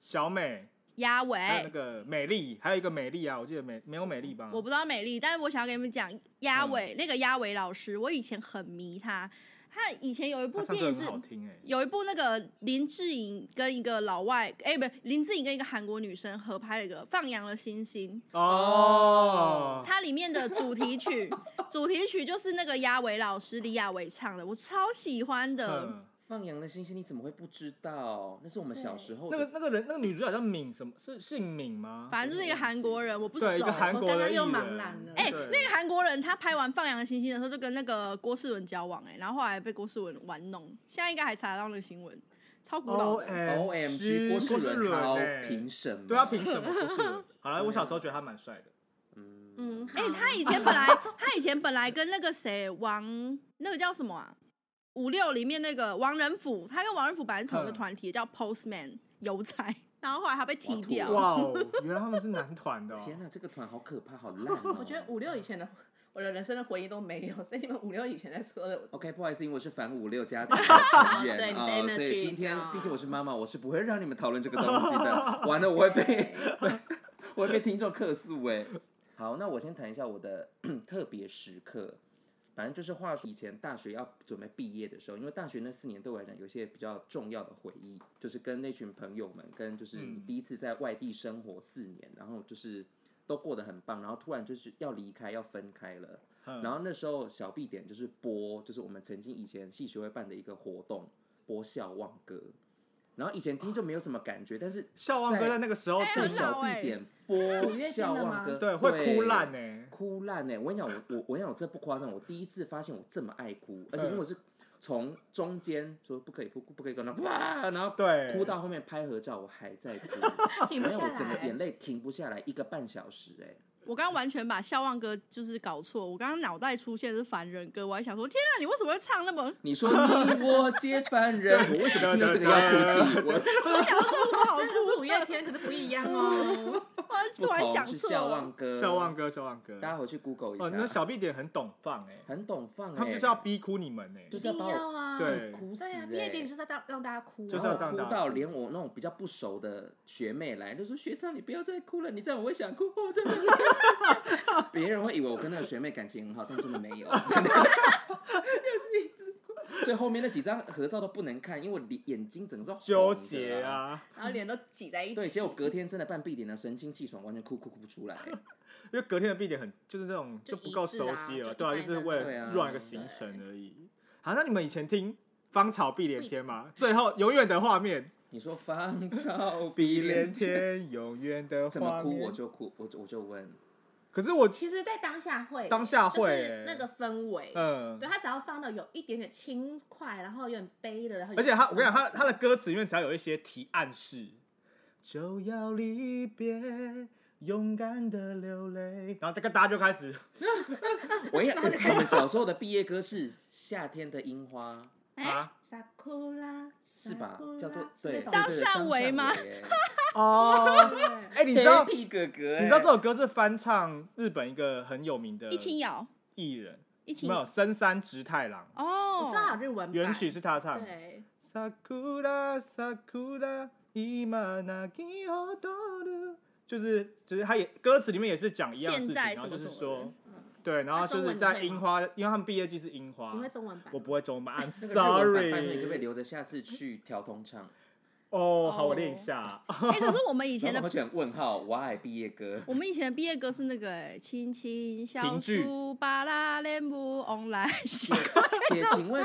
B: 小美，
A: 鸭
B: 还有那
A: 尾。
B: 个美丽，还有一个美丽啊，我记得美没有美丽吧？
A: 我不知道美丽，但是我想要跟你们讲，鸭
B: 嗯
A: 尾、那个鸭尾老师，我以前很迷他。他以前有一部
B: 他唱
A: 电
B: 歌
A: 影
B: 很
A: 是
B: 好听哎、
A: 有一部那个林志颖跟一个老外，哎、不，林志颖跟一个韩国女生合拍了一个《放羊的星星
B: 哦》，，
A: 它里面的主题曲，主题曲就是那个鸭尾老师李亚伟唱的，我超喜欢的。
B: 嗯，
C: 放羊的星星你怎么会不知道？那是我们小时候
B: 那个
C: 的。
B: 那个人那个女主角叫敏什么？是姓敏吗？
A: 反正就是一个韩国人，我不熟。
B: 对，一个韩
D: 我
B: 国
D: 刚
B: 的
D: 刚
B: 艺
D: 又
B: 人
D: 茫然了。
A: 哎、
B: 对
A: 那个韩国人他拍完《放羊的星星》的时候，就跟那个郭世文交往、哎，然后后来被郭世文玩弄，现在应该还查得到那个新闻，超古老
B: O
A: 的。欸
C: O M G，
B: 郭
C: 郭世伦涛
B: 哎
C: 凭什么？
B: 对啊，凭什么郭
C: [LAUGHS]
B: 世伦？好
C: 啊
B: 了，我小时候觉得他蛮帅的，
C: 嗯，
D: 嗯，
A: 哎、
B: 啊
D: 好
A: 他以
C: [LAUGHS]
D: [LAUGHS]
A: 前本
B: [LAUGHS]
A: 来他以前本来跟那个谁王，那个叫什么啊？五六里面那个王仁甫，他跟王仁甫本来是同一个
B: 嗯
A: 团体，叫 Postman 邮差， [LAUGHS] 然后后来他被踢掉。
B: 哇哦， [LAUGHS] 原来他们是男团的、哦，
C: 天哪，这个团好可
B: [LAUGHS]
C: 怕，好烂哦！
D: 我觉得五六以前的我的人生的回忆都没有，所以你们五六以前在说的，
C: OK，不好意思，因为我是反五六家
D: [LAUGHS]
C: 庭的成员
D: 对你是
C: 啊、所以
D: energy
C: 今天
D: 的 [LAUGHS]
C: 毕竟我是妈妈，我是不会让你们讨论这个东西的。完了，我会被， [LAUGHS] 我会被听众客诉哎、好，那我先谈一下我的 [CLEARS THROAT] 特别时刻。反正就是话说，以前大学要准备毕业的时候，因为大学那四年对我来讲有一些比较重要的回忆，就是跟那群朋友们，跟就是
D: 嗯
C: 你第一次在外地生活四年，然后就是都过得很棒，然后突然就是要离开，要分开了。
B: 嗯
D: 嗯
C: 然后那时候小 B 点就是播，就是我们曾经以前系学会办的一个活动，播校望歌。然后以前听就没有什么感觉，但是
B: 笑忘哥
C: 在
B: 在那个时候
A: 哎
B: 自
C: 在
A: 很
B: 己
A: 老
C: 小 B
A: 欸
D: [LAUGHS]
C: 点播
D: 你月经
C: 笑
D: 了
C: 忘
D: 吗
C: 歌，
B: 对会哭烂欸呢、
C: 哭烂呢、哎我跟你讲，我我我跟你讲，我这不夸张，我第一次发现我这么爱哭，而
B: 嗯
C: 且因为我是从中间说不可以哭，不可以哭，然后哇，然后
B: 对，
C: 哭到后面拍合照，我还在哭，
D: 停不
C: 然
D: 下
C: 后
D: 来。
C: 哦我整个眼泪停不下来，一个半小时哎、
A: 我刚刚完全把笑忘歌就是搞错，我刚刚脑袋出现的是凡人歌，我还想说天啊，你为什么会唱那么？
C: 你
D: [LAUGHS]
C: 说你我皆凡人，我为什么听到这个要哭泣？我
A: 我想说这有什么好
D: 虽然是
A: 哭
D: 五
B: [LAUGHS]
A: 的？
D: 月天，可是不一样哦。
C: [LAUGHS]
A: 我
C: 不
A: 突然
C: 同
A: 想
C: 是
A: 错
C: 笑
A: 了
C: 忘，歌，
B: 笑忘，哥，笑忘哥。
C: 大家回去 Google 一下，
B: 哦，那小 B 点很懂放哎、
C: 很懂放哎、
B: 他们就是要逼哭你们哎、
C: 就
D: 一
C: 是要
D: 定
C: 把我
D: 要啊！
B: 对
C: 哭死
D: 对
C: 哎、
D: 啊，毕业典礼就是要让让大家哭啊，
B: 就是要
C: 然
B: 让
C: 后哭
B: 大家
C: 到
B: 哭
C: 连我那种比较不熟的学妹来，就说学长你不要再哭了，你这样我会想哭，我真的。 [LAUGHS] 别人会以为我跟那个学妹感情很好，但真的没有， [LAUGHS] 就是一直哭。所以后面那几张合照都不能看，因为我眼眼睛整个是红的
B: 纠结
C: 啊。
B: 啊，
D: 然后脸都挤在一起。
C: 对，结果隔天真的办必点呢，神清气爽，完全哭哭哭不出来。欸
B: 因为隔天的 B 点很就是那种
D: 就
B: 不够
D: 仪式啊
B: 熟悉了，
D: 就
B: 对啊，就
D: 一般
B: 是
D: 的
B: 为
C: 对啊
B: 了乱一个行程而已。好，那你们以前听芳草碧连天吗？最后永远的画面，
C: 你说 [LAUGHS] 芳草碧
B: 连
C: 连天，
B: 天，永远的
C: 怎么
B: 画
C: 哭我
B: 面。
C: 就哭，我就我就问，
B: 可是我，
D: 其实，在当下会，
B: 当下会
D: 就是那个氛围。
B: 嗯，
D: 对他只要放到有一点点轻快，然后有点悲的，然后有
B: 而且他，我跟你讲，他他
D: 的
B: 的歌词里面只要有一些提暗示，就要离别，勇敢的流泪，然后这个大家就开始，
C: 我
A: [LAUGHS]
C: 也我们小时候的毕业歌是《夏天的樱花》。
A: 哎，
B: 啊，
D: 萨库拉
C: 是吧？
D: sakura，
C: 叫做
D: 是
C: 对对
D: 那
A: 啊
D: 种
A: 张
C: 对
A: 善
C: 张
A: 伟吗
C: 伟
A: [LAUGHS]
B: 哦，
D: 对
B: 哎，你知
C: [LAUGHS]
B: 道，
C: 屁哥哥欸，
B: 你知道这首歌是翻唱日本一个很有名的
A: 一清瑶，
B: 艺人，
A: 一清
B: 没有深山直太郎，
A: 哦
D: 我，知道有日文版
B: 原曲是他唱。
D: 对，
B: Sakura Sakura ima nagi hodoru，就是就是他也歌词里面也是讲一样的事
A: 现
B: 情，
A: 在
B: 然后
A: 什
B: 就
A: 么
B: 是
A: 什么的
B: 说，对，然后就是在樱花，因为他们毕业季是樱花
D: 你，会中文版？
B: 我不会中文，I'm
A: [LAUGHS]
C: 那个日文版拜托你可不可
B: sorry。
C: 以留着下次去调通唱？
B: 哦，好，我练
A: [LAUGHS]
B: 一下。
A: 哎，可是我们以
C: 以
A: 前的
C: [LAUGHS] 我选问号，Why 毕业歌？
A: 我们以前的毕业歌是那个哎，青青小
B: 评剧
A: 树，巴拉莲布翁来西。
C: 姐，请问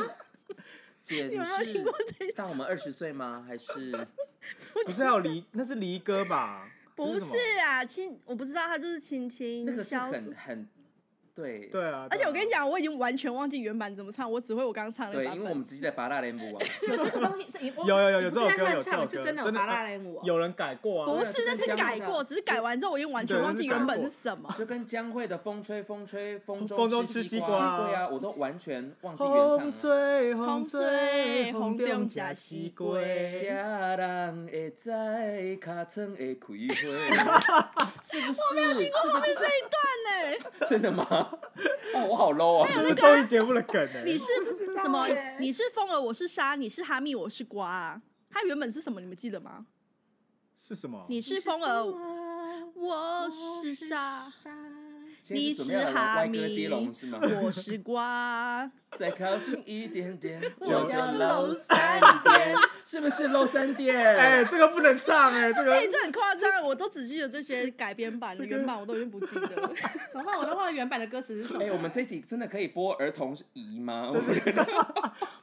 C: 姐
A: 你
C: 你
A: 有没有听过这
C: 是到我们二十岁吗？还是
B: 不是还有离，那是离歌吧？
A: [LAUGHS] 不
B: 那什么
A: 是啊，亲，我不知道，他就是青
C: 那
A: 青
C: 个是
A: 消暑
C: 很。很对
B: 对啊。
A: 而且我跟你
B: 讲，
A: 讲，我已经完全忘记原版怎么唱，我只会我刚刚唱的那
C: 对，
A: 个版
C: 因为我
A: 本。
C: 们直接在八大联舞啊，
D: 有这个东西是
B: 有有有有这首歌有
D: 有
B: 这首歌
D: 是真的
B: 真的啊
D: 巴拉雷姆哦，
B: 有人改过啊
A: 不，是，那是改过，只是改完之后我已经完全
B: 对
A: 忘记原本
B: 那
A: 是
B: 是
A: 什么。
C: 就跟江蕙的风吹风吹风中
B: 风中吃西
C: 西
B: 瓜
C: 对啊，我都完全忘记原唱
B: 风 [LAUGHS]
C: 了。
B: 吹
A: 风
B: 风
A: 吹
B: 吹，
A: 风
B: 风
A: 中
B: 中
A: 吃
B: 吃
A: 西
B: 西
A: 瓜
B: 瓜。
C: 下人会知，脚床会开花，是不是？我没有听过后面这一
A: 对，
C: 段，真的吗？哦，我好 low
B: 这
C: 啊！
B: 是综艺节目的梗
A: [LAUGHS]
B: 哎。
A: 你是什么
D: 耶？
A: 你是风儿，我是沙；你是哈密，我是瓜啊。它原本是什么？你们记得吗？
B: 是什么？
A: 你是风儿，
D: 我
A: 我是沙，
C: 现在准备要来玩歪歌接龙是吗？
A: 我是瓜。
C: 再靠近一点点，
B: [LAUGHS]
C: 我
B: 就
C: 就 low 三点，是不是 low 三点？
B: 哎，这个不能唱哎，这
A: 哎，
B: 个
A: 这很夸张，我都只记得这些改编版的，
B: 这个
A: 原版我都已经不记得
B: [LAUGHS]
A: 了。
D: 怎么办？我都忘了原版的歌词是什么。
C: 哎，我们这集真的可以播儿童仪吗？
B: [LAUGHS]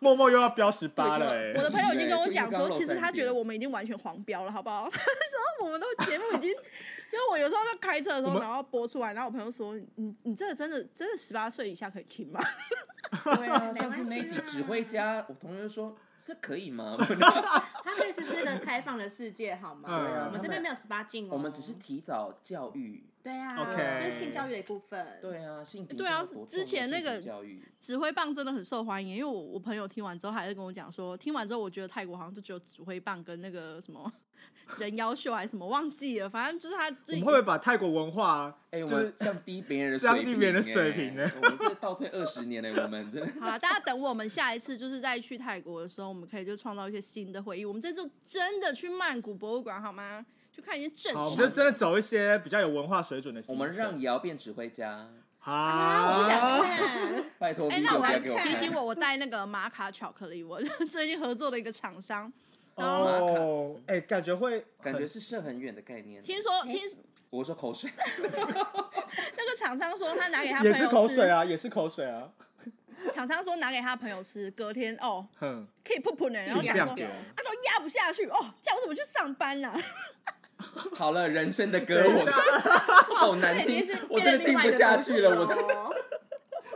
B: 默默又要标十八了
A: 我
B: 哎。
A: 的朋友已经跟我讲说，
C: 就
A: 其
C: 是刚刚
A: 实他觉得
C: 漏三点
A: 我们已经完全黄标了，好不好？他 [LAUGHS] 说我们都节目已经，就是我有时候在开车的时
B: 我
A: 候，
B: 们
A: 然后播出来，然后我朋友说，你你这个真的真的十八岁以下可以听吗？ [LAUGHS]
C: 对啊，
D: 没关系
C: [LAUGHS]
D: 啊
C: 上次那一集指挥家，我同学就说这可
B: [LAUGHS]
C: 以吗？
D: 它这次是个开放的世界，好吗？
B: 嗯
C: 啊
D: 我们这边没有十八禁哦，
C: 我们只是提早教育。
D: 对啊
B: OK
D: 这是性教育的一部分。
C: 对啊，性平
A: 对啊
C: 真的多
A: 之前
C: 重要
A: 那个
C: 性平教育，
A: 指挥棒真的很受欢迎，因为我我朋友听完之后还是跟我讲说，听完之后我觉得泰国好像就只有指挥棒跟那个什么 [LAUGHS] 人妖秀还是什么忘记了，反正就是他
B: 我
A: 自己
B: 们会不会把泰国文化
C: 哎、我
B: 就
C: 们
B: 是
C: 降低别人的
B: 降
C: 水
B: 低
C: 平
B: 别人的
C: 欸
B: 水平欸
C: 我们是倒退二十年嘞，我们真的。
A: 好了，大家等我们下一次就是再去泰国的时候，我们可以就创造一些新的回忆。我们这次真的去曼谷博物馆好吗？去看一些正
B: 好，我
A: 常
B: 们就
A: 的。
B: 真的走一些比较有文化水准的行
C: 我
B: 程。
C: 们让瑶变指挥家，
B: 好、
D: 啊，我不想看，
C: 拜托 V
A: 哎，那
C: 不要
A: 我
C: 给我
A: 提醒
C: 看。
A: 我，我带那个玛卡巧克力，我 [LAUGHS] 最近合作的一个厂商，然后
B: 哦，哎、感觉会
C: 感觉
B: 很
C: 是射很远的概念。
A: 听说听
C: 我说口水， [LAUGHS]
A: 那个厂商说他拿给他朋
B: 也是口
A: 友吃
B: 水，啊，也是口水啊，
A: 厂商说拿给他朋友吃，隔天哦
B: 哼，
A: 可以噗噗呢，然后
D: 一
A: 讲
D: 两
A: 说
D: 个
A: 他说压不下去哦，叫我怎么去上班啊 [LAUGHS] 啦、
C: 好了，人生的歌
B: 等一
C: 我好难
D: 这已
C: 听
D: 经是，
C: 我
D: 变
C: 真
D: 成
C: 的
D: 另
C: 听
D: 外
C: 不
D: 一个
C: 下
D: 东
C: 去
D: 西
C: 了，我
D: [LAUGHS]
C: 真的
D: 哦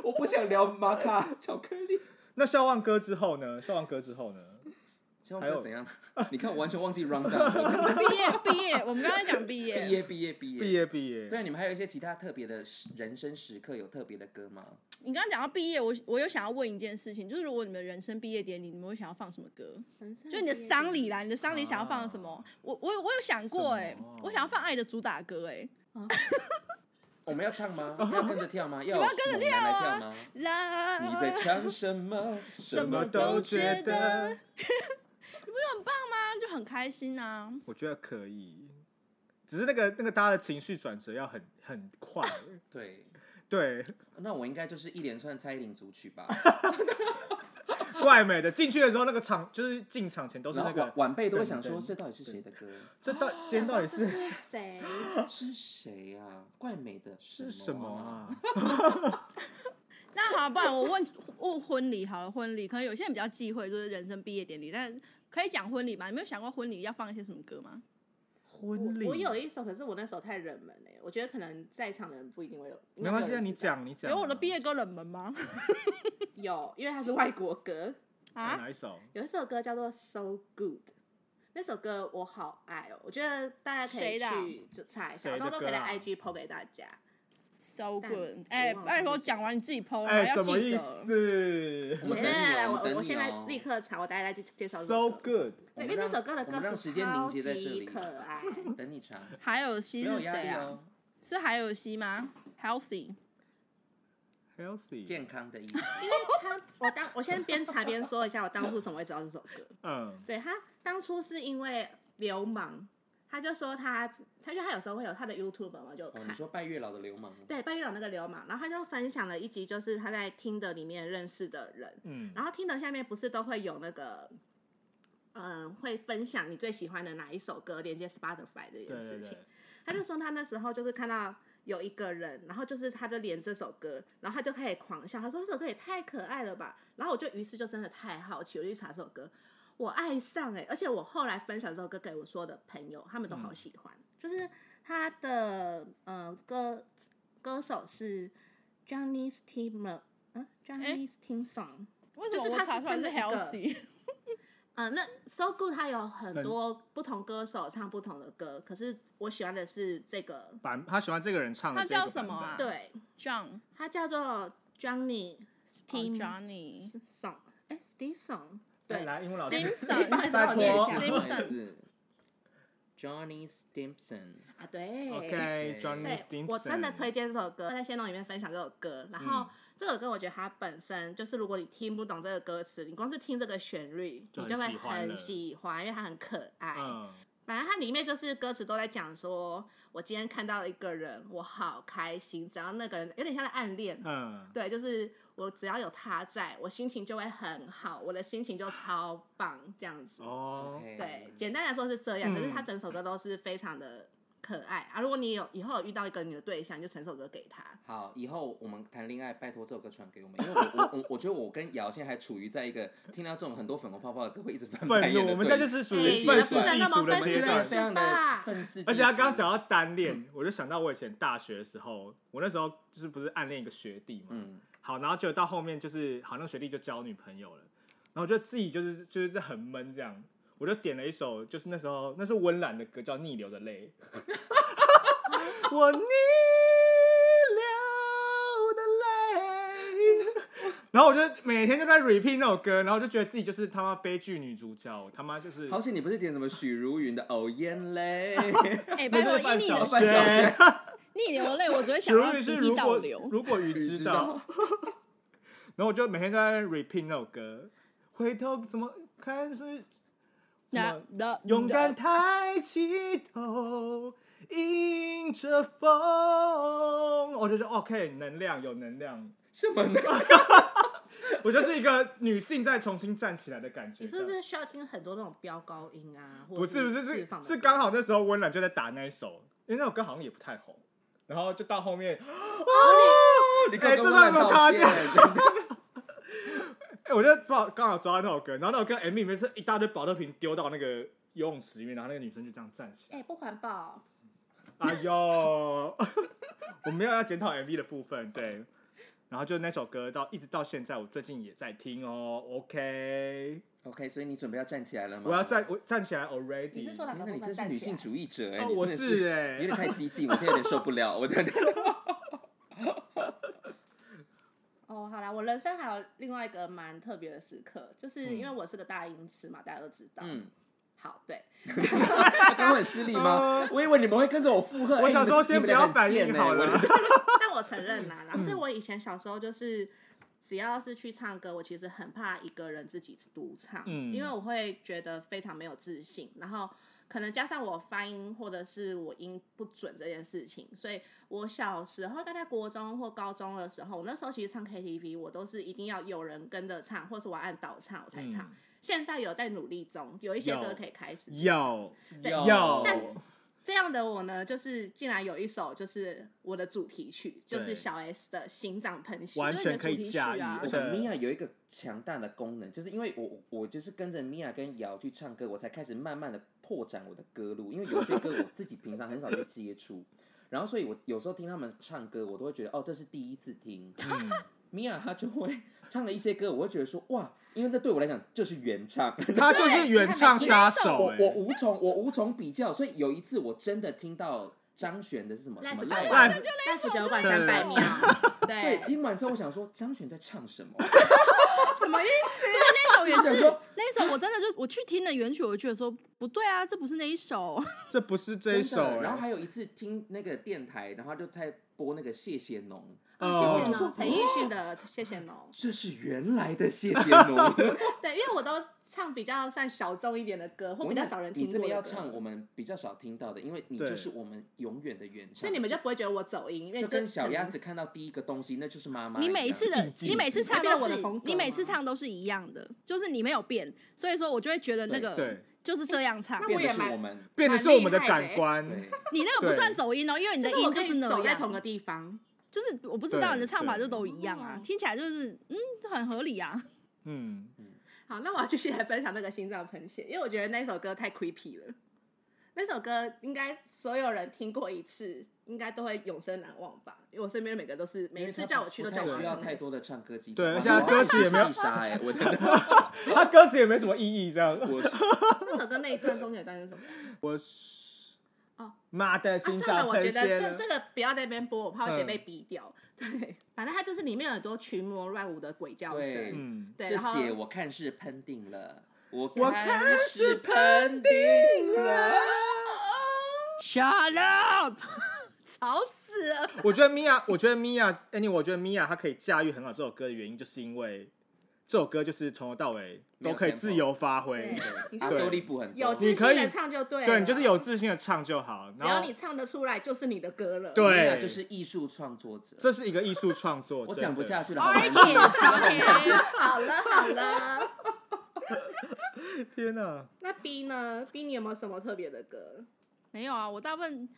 C: 我不想聊玛卡巧克力。
B: 那笑忘歌之后呢？笑忘歌之后呢？
C: 像
B: 还有
C: 我怎样？你看，我完全忘记 round down，我真的
A: 毕业毕业，我们刚才讲毕业， [LAUGHS]
C: 毕业毕业毕业
B: 毕。业毕业，
C: 对，你们还有一些其他特别的时人生时刻，有特别的歌吗？
A: 你刚刚讲到毕业，我我有想要问一件事情，就是如果你们人生毕业典礼，你们会想要放什么歌？就你的丧礼啦，你的丧礼想要放什么？我我我有想过哎、
B: 什么
A: 我想要放爱的主打歌哎、
C: 我们要唱吗？要跟着跳吗？要
A: 们要跟着
C: 猛男来跳吗？
A: 啦，
C: 你在唱什么？什
A: 什么
C: 么
A: 都
C: 都
A: 觉得
B: 觉得，
A: 那就很开心啊！
B: 我觉得可以，只是那个那个大家的情绪转折要很很快，
C: 对。
B: 对，
C: 那我应该就是一连串蔡依林组曲吧，
B: 怪美的进去的时候，那个场就是进场前都是
C: 然
B: 那
C: 后晚
B: 个，
C: 晚辈都会想
B: 噔
C: 说，
B: 噔
C: 这到底是谁的歌？
B: 这到今天到底是
D: 是谁？
C: 是谁呀？怪美的
B: 是什么
C: 啊？
B: 啊？
A: 那好，不然我问 [LAUGHS] 问婚礼好了，婚礼可能有些人比较忌讳，就是人生毕业典礼，但可以讲婚礼吧？你没有想过婚礼要放一些什么歌吗？
B: 婚礼，
D: 我有一首，可是我那首太冷门了，我觉得可能在场的人不一定会有。应
B: 没
D: 该没
B: 关
D: 有
B: 系，啊，
D: 人
B: 你
D: 知道
B: 讲你讲啊，
A: 有我的毕业歌冷门吗？
D: 有，因为它是外国歌。
B: 哎
A: 啊，
B: 哪一首？
D: 有一首歌叫做《So Good》，那首歌我好爱哦，我觉得大家可
A: 谁
D: 以
A: 的啊
D: 去就查一下，
B: 谁
D: 我
B: 的
D: 到时候可以
B: 歌
D: 在
B: 啊
D: IG 抛给大家。
A: So
D: 但
A: good！
D: 我
A: 哎，
D: 忘了
A: 拜托
D: 是谁
A: 讲完你自己 PO，
B: 哎，
A: 要
B: 什么
A: 记
B: 意
A: 得。
B: 思
C: 我们等你
D: 来来来，
C: 哦，
D: 我
C: 们等
D: 我
C: 你
D: 现在
C: 哦。
D: 立刻查，我大家再介绍这
B: ？So
D: 首歌。
B: good，
D: 对，因为那首歌的
C: 我们
D: 歌
C: 让
D: 词
C: 时间凝
D: 超
C: 结在这
D: 级
C: 里
D: 可爱。
C: 等你查，
A: 海尔西
C: 没
A: 是
C: 有压
A: 谁
C: 力
A: 啊？
C: 哦，
A: 是海尔西吗？Healthy，
B: healthy，
C: 健康的意思。
D: 他，我当我先边查边说一下，我当初怎么会知道这首歌。
B: 嗯，
D: 对他当初是因为流氓，他就说他，他就他有时候会有他的 YouTube 嘛，我就有
C: 哦，
D: 看。
C: 你说拜月老的流氓，
D: 对，拜月老那个流氓，然后他就分享了一集，就是他在听的里面认识的人，
B: 嗯，
D: 然后听的下面不是都会有那个，嗯、会分享你最喜欢的哪一首歌，连接 Spotify 这
B: 对
D: 件事
B: 对
D: 情。
B: 对，
D: 他就说他那时候就是看到有一个人，然后就是他就连这首歌，然后他就开始狂笑，他说这首歌也太可爱了吧。然后我就于是就真的太好奇，我就去查这首歌，我爱上哎、而且我后来分享这首歌给我所有的朋友，他们都好喜欢。就是他的呃歌歌手是 Johnny Steamer，嗯、
A: 诶
D: Johnny Stinson。
A: 为什么
D: 就是
A: 我
D: 它
A: 查
D: 是
A: 出来
D: 真
A: 是
D: 的一个
A: Healthy？
D: 呃，那 So Good 它有很
B: 很
D: 多不同歌手唱不同的歌，可是我喜欢的是这个，
B: 版他喜欢这个人唱的
A: 他
B: 这
A: 叫
B: 个版本，
A: 什么啊
D: 对，
A: John，
D: 它叫做 Johnny
A: 哦
D: Steam
A: Johnny
D: Song，哎，Steam Song，
B: 来
D: 对，
B: 哎来，英文老师，
D: 你
A: Stimson，
D: 帮啊你帮我念一
B: [LAUGHS] 拜托
D: 下
C: 不好
A: Stimson
C: 意思，Johnny Stimpson，
D: 啊，对
B: OK，Johnny
D: 对
B: Stinson，
D: 我真的推荐这首歌，在线动里面分享这首歌。然
B: 嗯
D: 后、这首歌，我觉得它本身就是，如果你听不懂这个歌词，你光是听这个旋律，
B: 就
D: 你
B: 很
D: 就会
B: 喜欢了
D: 很喜欢，因为它很可爱。
B: 嗯，
D: 反正它里面就是歌词都在讲说，我今天看到了一个人，我好开心。只要那个人有点像在暗恋，
B: 嗯，
D: 对，就是我只要有他在，我心情就会很好，我的心情就超棒这样子。
B: 哦，
D: 对，简单来说是这样，可是他
B: 嗯
D: 整首歌都是非常的可爱啊。如果你有以后有遇到一个你的对象，你就传首歌给他。
C: 好，以后我们谈恋爱，拜托这首歌传给我们， [LAUGHS] 因为我我我我觉得我跟瑶现在还处于在一个 [LAUGHS] 听到这种很多粉红泡泡的歌会一直翻白
B: 愤
C: 眼
B: 怒，
C: 的
B: 我们现在
C: 对
B: 就是属
D: 哎
B: 于
D: 你
B: 愤
D: 们
B: 世
D: 不能
B: 嫉
D: 那
B: 俗
D: 么
B: 的
D: 愤
B: 阶
D: 世
B: 段
C: 非
D: 嫉俗，
C: 常的愤世嫉俗。
B: 而且他刚刚讲到单恋，我就想到我以前大学的时候，我那时候就是不是暗恋一个学弟嘛，
C: 嗯，
B: 好，然后就到后面就是好，那个学弟就交女朋友了，然后就自己就是就是很闷这样，我就点了一首就是那时候那是温岚的歌叫《逆流的泪》， [LAUGHS] 我逆流的泪，然后我就每天就在 repeat 那首歌，然后我就觉得自己就是他妈悲剧女主角，我他妈就是
C: 好险你不是点什么许茹芸的《哦眼泪》
A: 哎、
B: 那
A: 拜
B: 就
A: 托，
B: 是范
A: 逆流
B: 晓
C: 的范
A: 泪，
C: 晓
B: 萱
C: 萱。
A: 逆流泪，我只会
B: 许
A: 想
B: 茹
A: 到
B: 芸
A: 鼻
B: 是
A: 涕
B: 如
A: 倒
B: 果
A: 流。
B: 如果雨 [LAUGHS]
C: 雨
B: 知
C: 知 [LAUGHS]
B: 道
C: 道，
B: 然后我就每天都在 repeat 那首歌，回头怎么看是
A: 那那
B: 勇敢抬起头，迎着风。我就说 OK，能量有能量，
C: 什么
B: [LAUGHS]
C: 呢？
B: 我就是一个女性在重新站起来的感觉。
D: 你是不是需要听很多那种飙高音啊？或
B: 不是
D: 者
B: 不是
D: 释
B: 是
D: 放的
B: 是
D: 歌
B: 刚好那时候温岚就在打那一首，因为那首歌好像也不太红，然后就到后面，哦
C: 你刚
B: 这
C: 刚
B: 段有没有卡
C: 道歉，
B: 哎、我就不好刚好抓到那首歌，然后那首歌 MV 里面是一大堆保乐瓶丢到那个游泳池里面，然后那个女生就这样站起来。
D: 哎、不环保，
B: 哎呦， [LAUGHS] 我没有要检讨 MV 的部分，对。然后就那首歌到一直到现在，我最近也在听哦。OK，
C: [LAUGHS] OK，所以你准备要站起来了吗？
B: 我要站，我站起来 already。
D: 你是说哪个
C: 那
D: 部
C: 你
D: 分
C: 真是
D: 站
C: 女
D: 起
C: 性
D: 来？
C: 主义者哎、
B: 哦
C: 你
B: 我
C: 真的
B: 是哎
C: 有点太激进，我现在有点受不了。我的
D: 哦，好啦，我人生还有另外一个蛮特别的时刻，就是
B: 嗯
D: 因为我是个大音痴嘛，大家都知道。
C: 嗯，
D: 好，对，
C: 刚刚很失礼
B: 啊嗯
C: 吗？ [LAUGHS] 我以为你们会跟着我附和。哎
B: 我想说先不要反应
C: 应
B: 好了。
D: 但我承认
B: [LAUGHS]
D: 啦，然后
B: 嗯
D: 所以我以前小时候就是，只要是去唱歌，我其实很怕一个人自己独唱，
B: 嗯
D: 因为我会觉得非常没有自信，然后可能加上我发音或者是我音不准这件事情，所以我小时候大概国中或高中的时候，我那时候其实唱 KTV，我都是一定要有人跟着唱，或是我按导唱我才唱。
B: 嗯
D: 现在有在努力中，有一些
B: 有
D: 歌可以开始。
B: 有
C: 要
B: 有，
D: 这样的我呢，就是竟然有一首就是我的主题曲，就
B: 对
D: 是小 S 的《心脏喷血》。
B: 完
A: 就是你
B: 全
A: 的
B: 可以
A: 主题曲
B: 驾驭，
A: 啊
B: 而
C: 我
B: 且
C: 们 Mia 有一个强大的功能，就是因为我我我就是跟着 Mia 跟瑶去唱歌，我才开始慢慢的拓展我的歌路，因为有一些歌我自己平常很少去接触，然后所以我有时候听他们唱歌，我都会觉得哦，这是第一次听。
B: 嗯
C: Mia 她就会唱了一些歌，我会觉得说哇，因为那对我来讲就是
B: [LAUGHS]
C: 原唱，
B: 他就是原唱杀手、
C: 我
B: 欸，
C: 我无从我无从比较，所以有一次我真的听到张悬的是什么什么
D: Life
C: 赖
B: Live
D: 九九馆
B: 对
D: 三百秒，
C: [LAUGHS] 对，
B: 哎
D: 对，
C: 听完之后我想说张悬在唱
B: [LAUGHS]
C: 什么？
D: 什么意思？
A: 那首也
C: 就是
A: 是
C: 说
A: 那首，我真的就我去听了原曲，我就觉得说不对啊，这不是那一首。
B: 这不是这一
C: 真
B: 首、
C: 的
B: 欸，
C: 然后还有一次听那个电台，然后就在播那个谢谢农，
D: 啊
B: 哦
D: 谢谢侬，陈奕迅的《谢谢侬
C: 这是原来的谢谢农。》。
D: [LAUGHS] 对，因为我都唱比较算小众一点的歌，或比较少人听
C: 你
D: 过
C: 真的
D: 的
C: 要
D: 歌
C: 唱我，们比较少听到的，因为你
B: 对
C: 就是我们永远的原唱。
D: 所以你们就不会觉得我走音，因为
C: 就跟小鸭
D: 鸭。
C: 子看到第一个东西，那就是妈妈一
A: 你
C: 样。
A: 每次的
B: 印记
A: 你每次唱都
D: 这变成我
A: 是
D: 的风格
A: 你每次
D: 吗
A: 唱都是一样的，就是你没有变，所以说我就会觉得那
C: 对
A: 个
B: 对，
A: 就是这样唱
D: 那。
C: 变
D: 我也
C: 的是
D: 蛮嗯
C: 我们，
B: 变得是我们的感官，
D: 欸
C: 对，
A: 你那个不
B: 对
A: 算走音哦，因为你的
D: 就是
A: 音
D: 我可
A: 就
D: 以
A: 是那
D: 走在
A: 样。
D: 同个地方，
A: 就是我不知道
B: 对
A: 你的唱法
B: 对
A: 就都一样啊
D: 哦，
A: 听起来就是嗯很合理啊。
B: 嗯，
D: 好，那我要继续来分享那个心脏喷血，因为我觉得那首歌太 creepy 了。那首歌应该所有人听过一次，应该都会永生难忘吧？因为我身边每个都是，每一次叫我去都叫
C: 不太
D: 我
C: 需
D: 去
C: 要太多的唱歌技巧。
B: 对
C: 哇
B: 而且它歌词也没有
C: 我要自己杀哎，我真的，
B: 他歌词也没什么意义，这样。
C: 我
D: 那首歌那一段中间有段是什么？
B: 我是
D: 哦，
B: 妈的
D: 啊，
B: 心
D: 算了，
B: 脏
D: 我
B: 喷
D: 觉得
B: 血
D: 这
B: 了
D: 这个不要在那边播，我怕会直接
B: 嗯
D: 被逼掉。对，反正它就是里面有很多群魔乱舞的鬼叫
C: 对
D: 声，
B: 嗯，
D: 对，
C: 这
D: 然后
C: 血我看是喷定了，我
B: 我
C: 看
B: 看
C: 是
B: 是
C: 喷定了。
A: Shut up，吵死了！
B: 我觉得 Mia，我觉得 Mia，Annie，我觉得 Mia 她可以驾驭很好这首歌的原因，就是因为这首歌就是从头到尾都可以自由发挥
D: 没有，
C: 对啊
D: 你
C: 阿
D: 就
C: 多利布很
D: 有
C: 多，
D: 自
B: 你可
D: 信
B: 以
D: 的唱就对了，
B: 对你就是有自信的唱就好。
D: 只
B: 然
D: 要
B: 后
D: 你唱得出来，就是你的歌了。
B: 对
C: 对，就是艺术创作者。
B: 这是一个艺术创作，
C: 我
B: 真的
C: 讲不下去了，好
A: Orange
C: 难
A: is
C: 听。
A: something
D: [LAUGHS] 好了好了，
B: 天哪，
D: 那 B 呢？B 你有没有什么特别的歌？
A: 没有啊，我大部分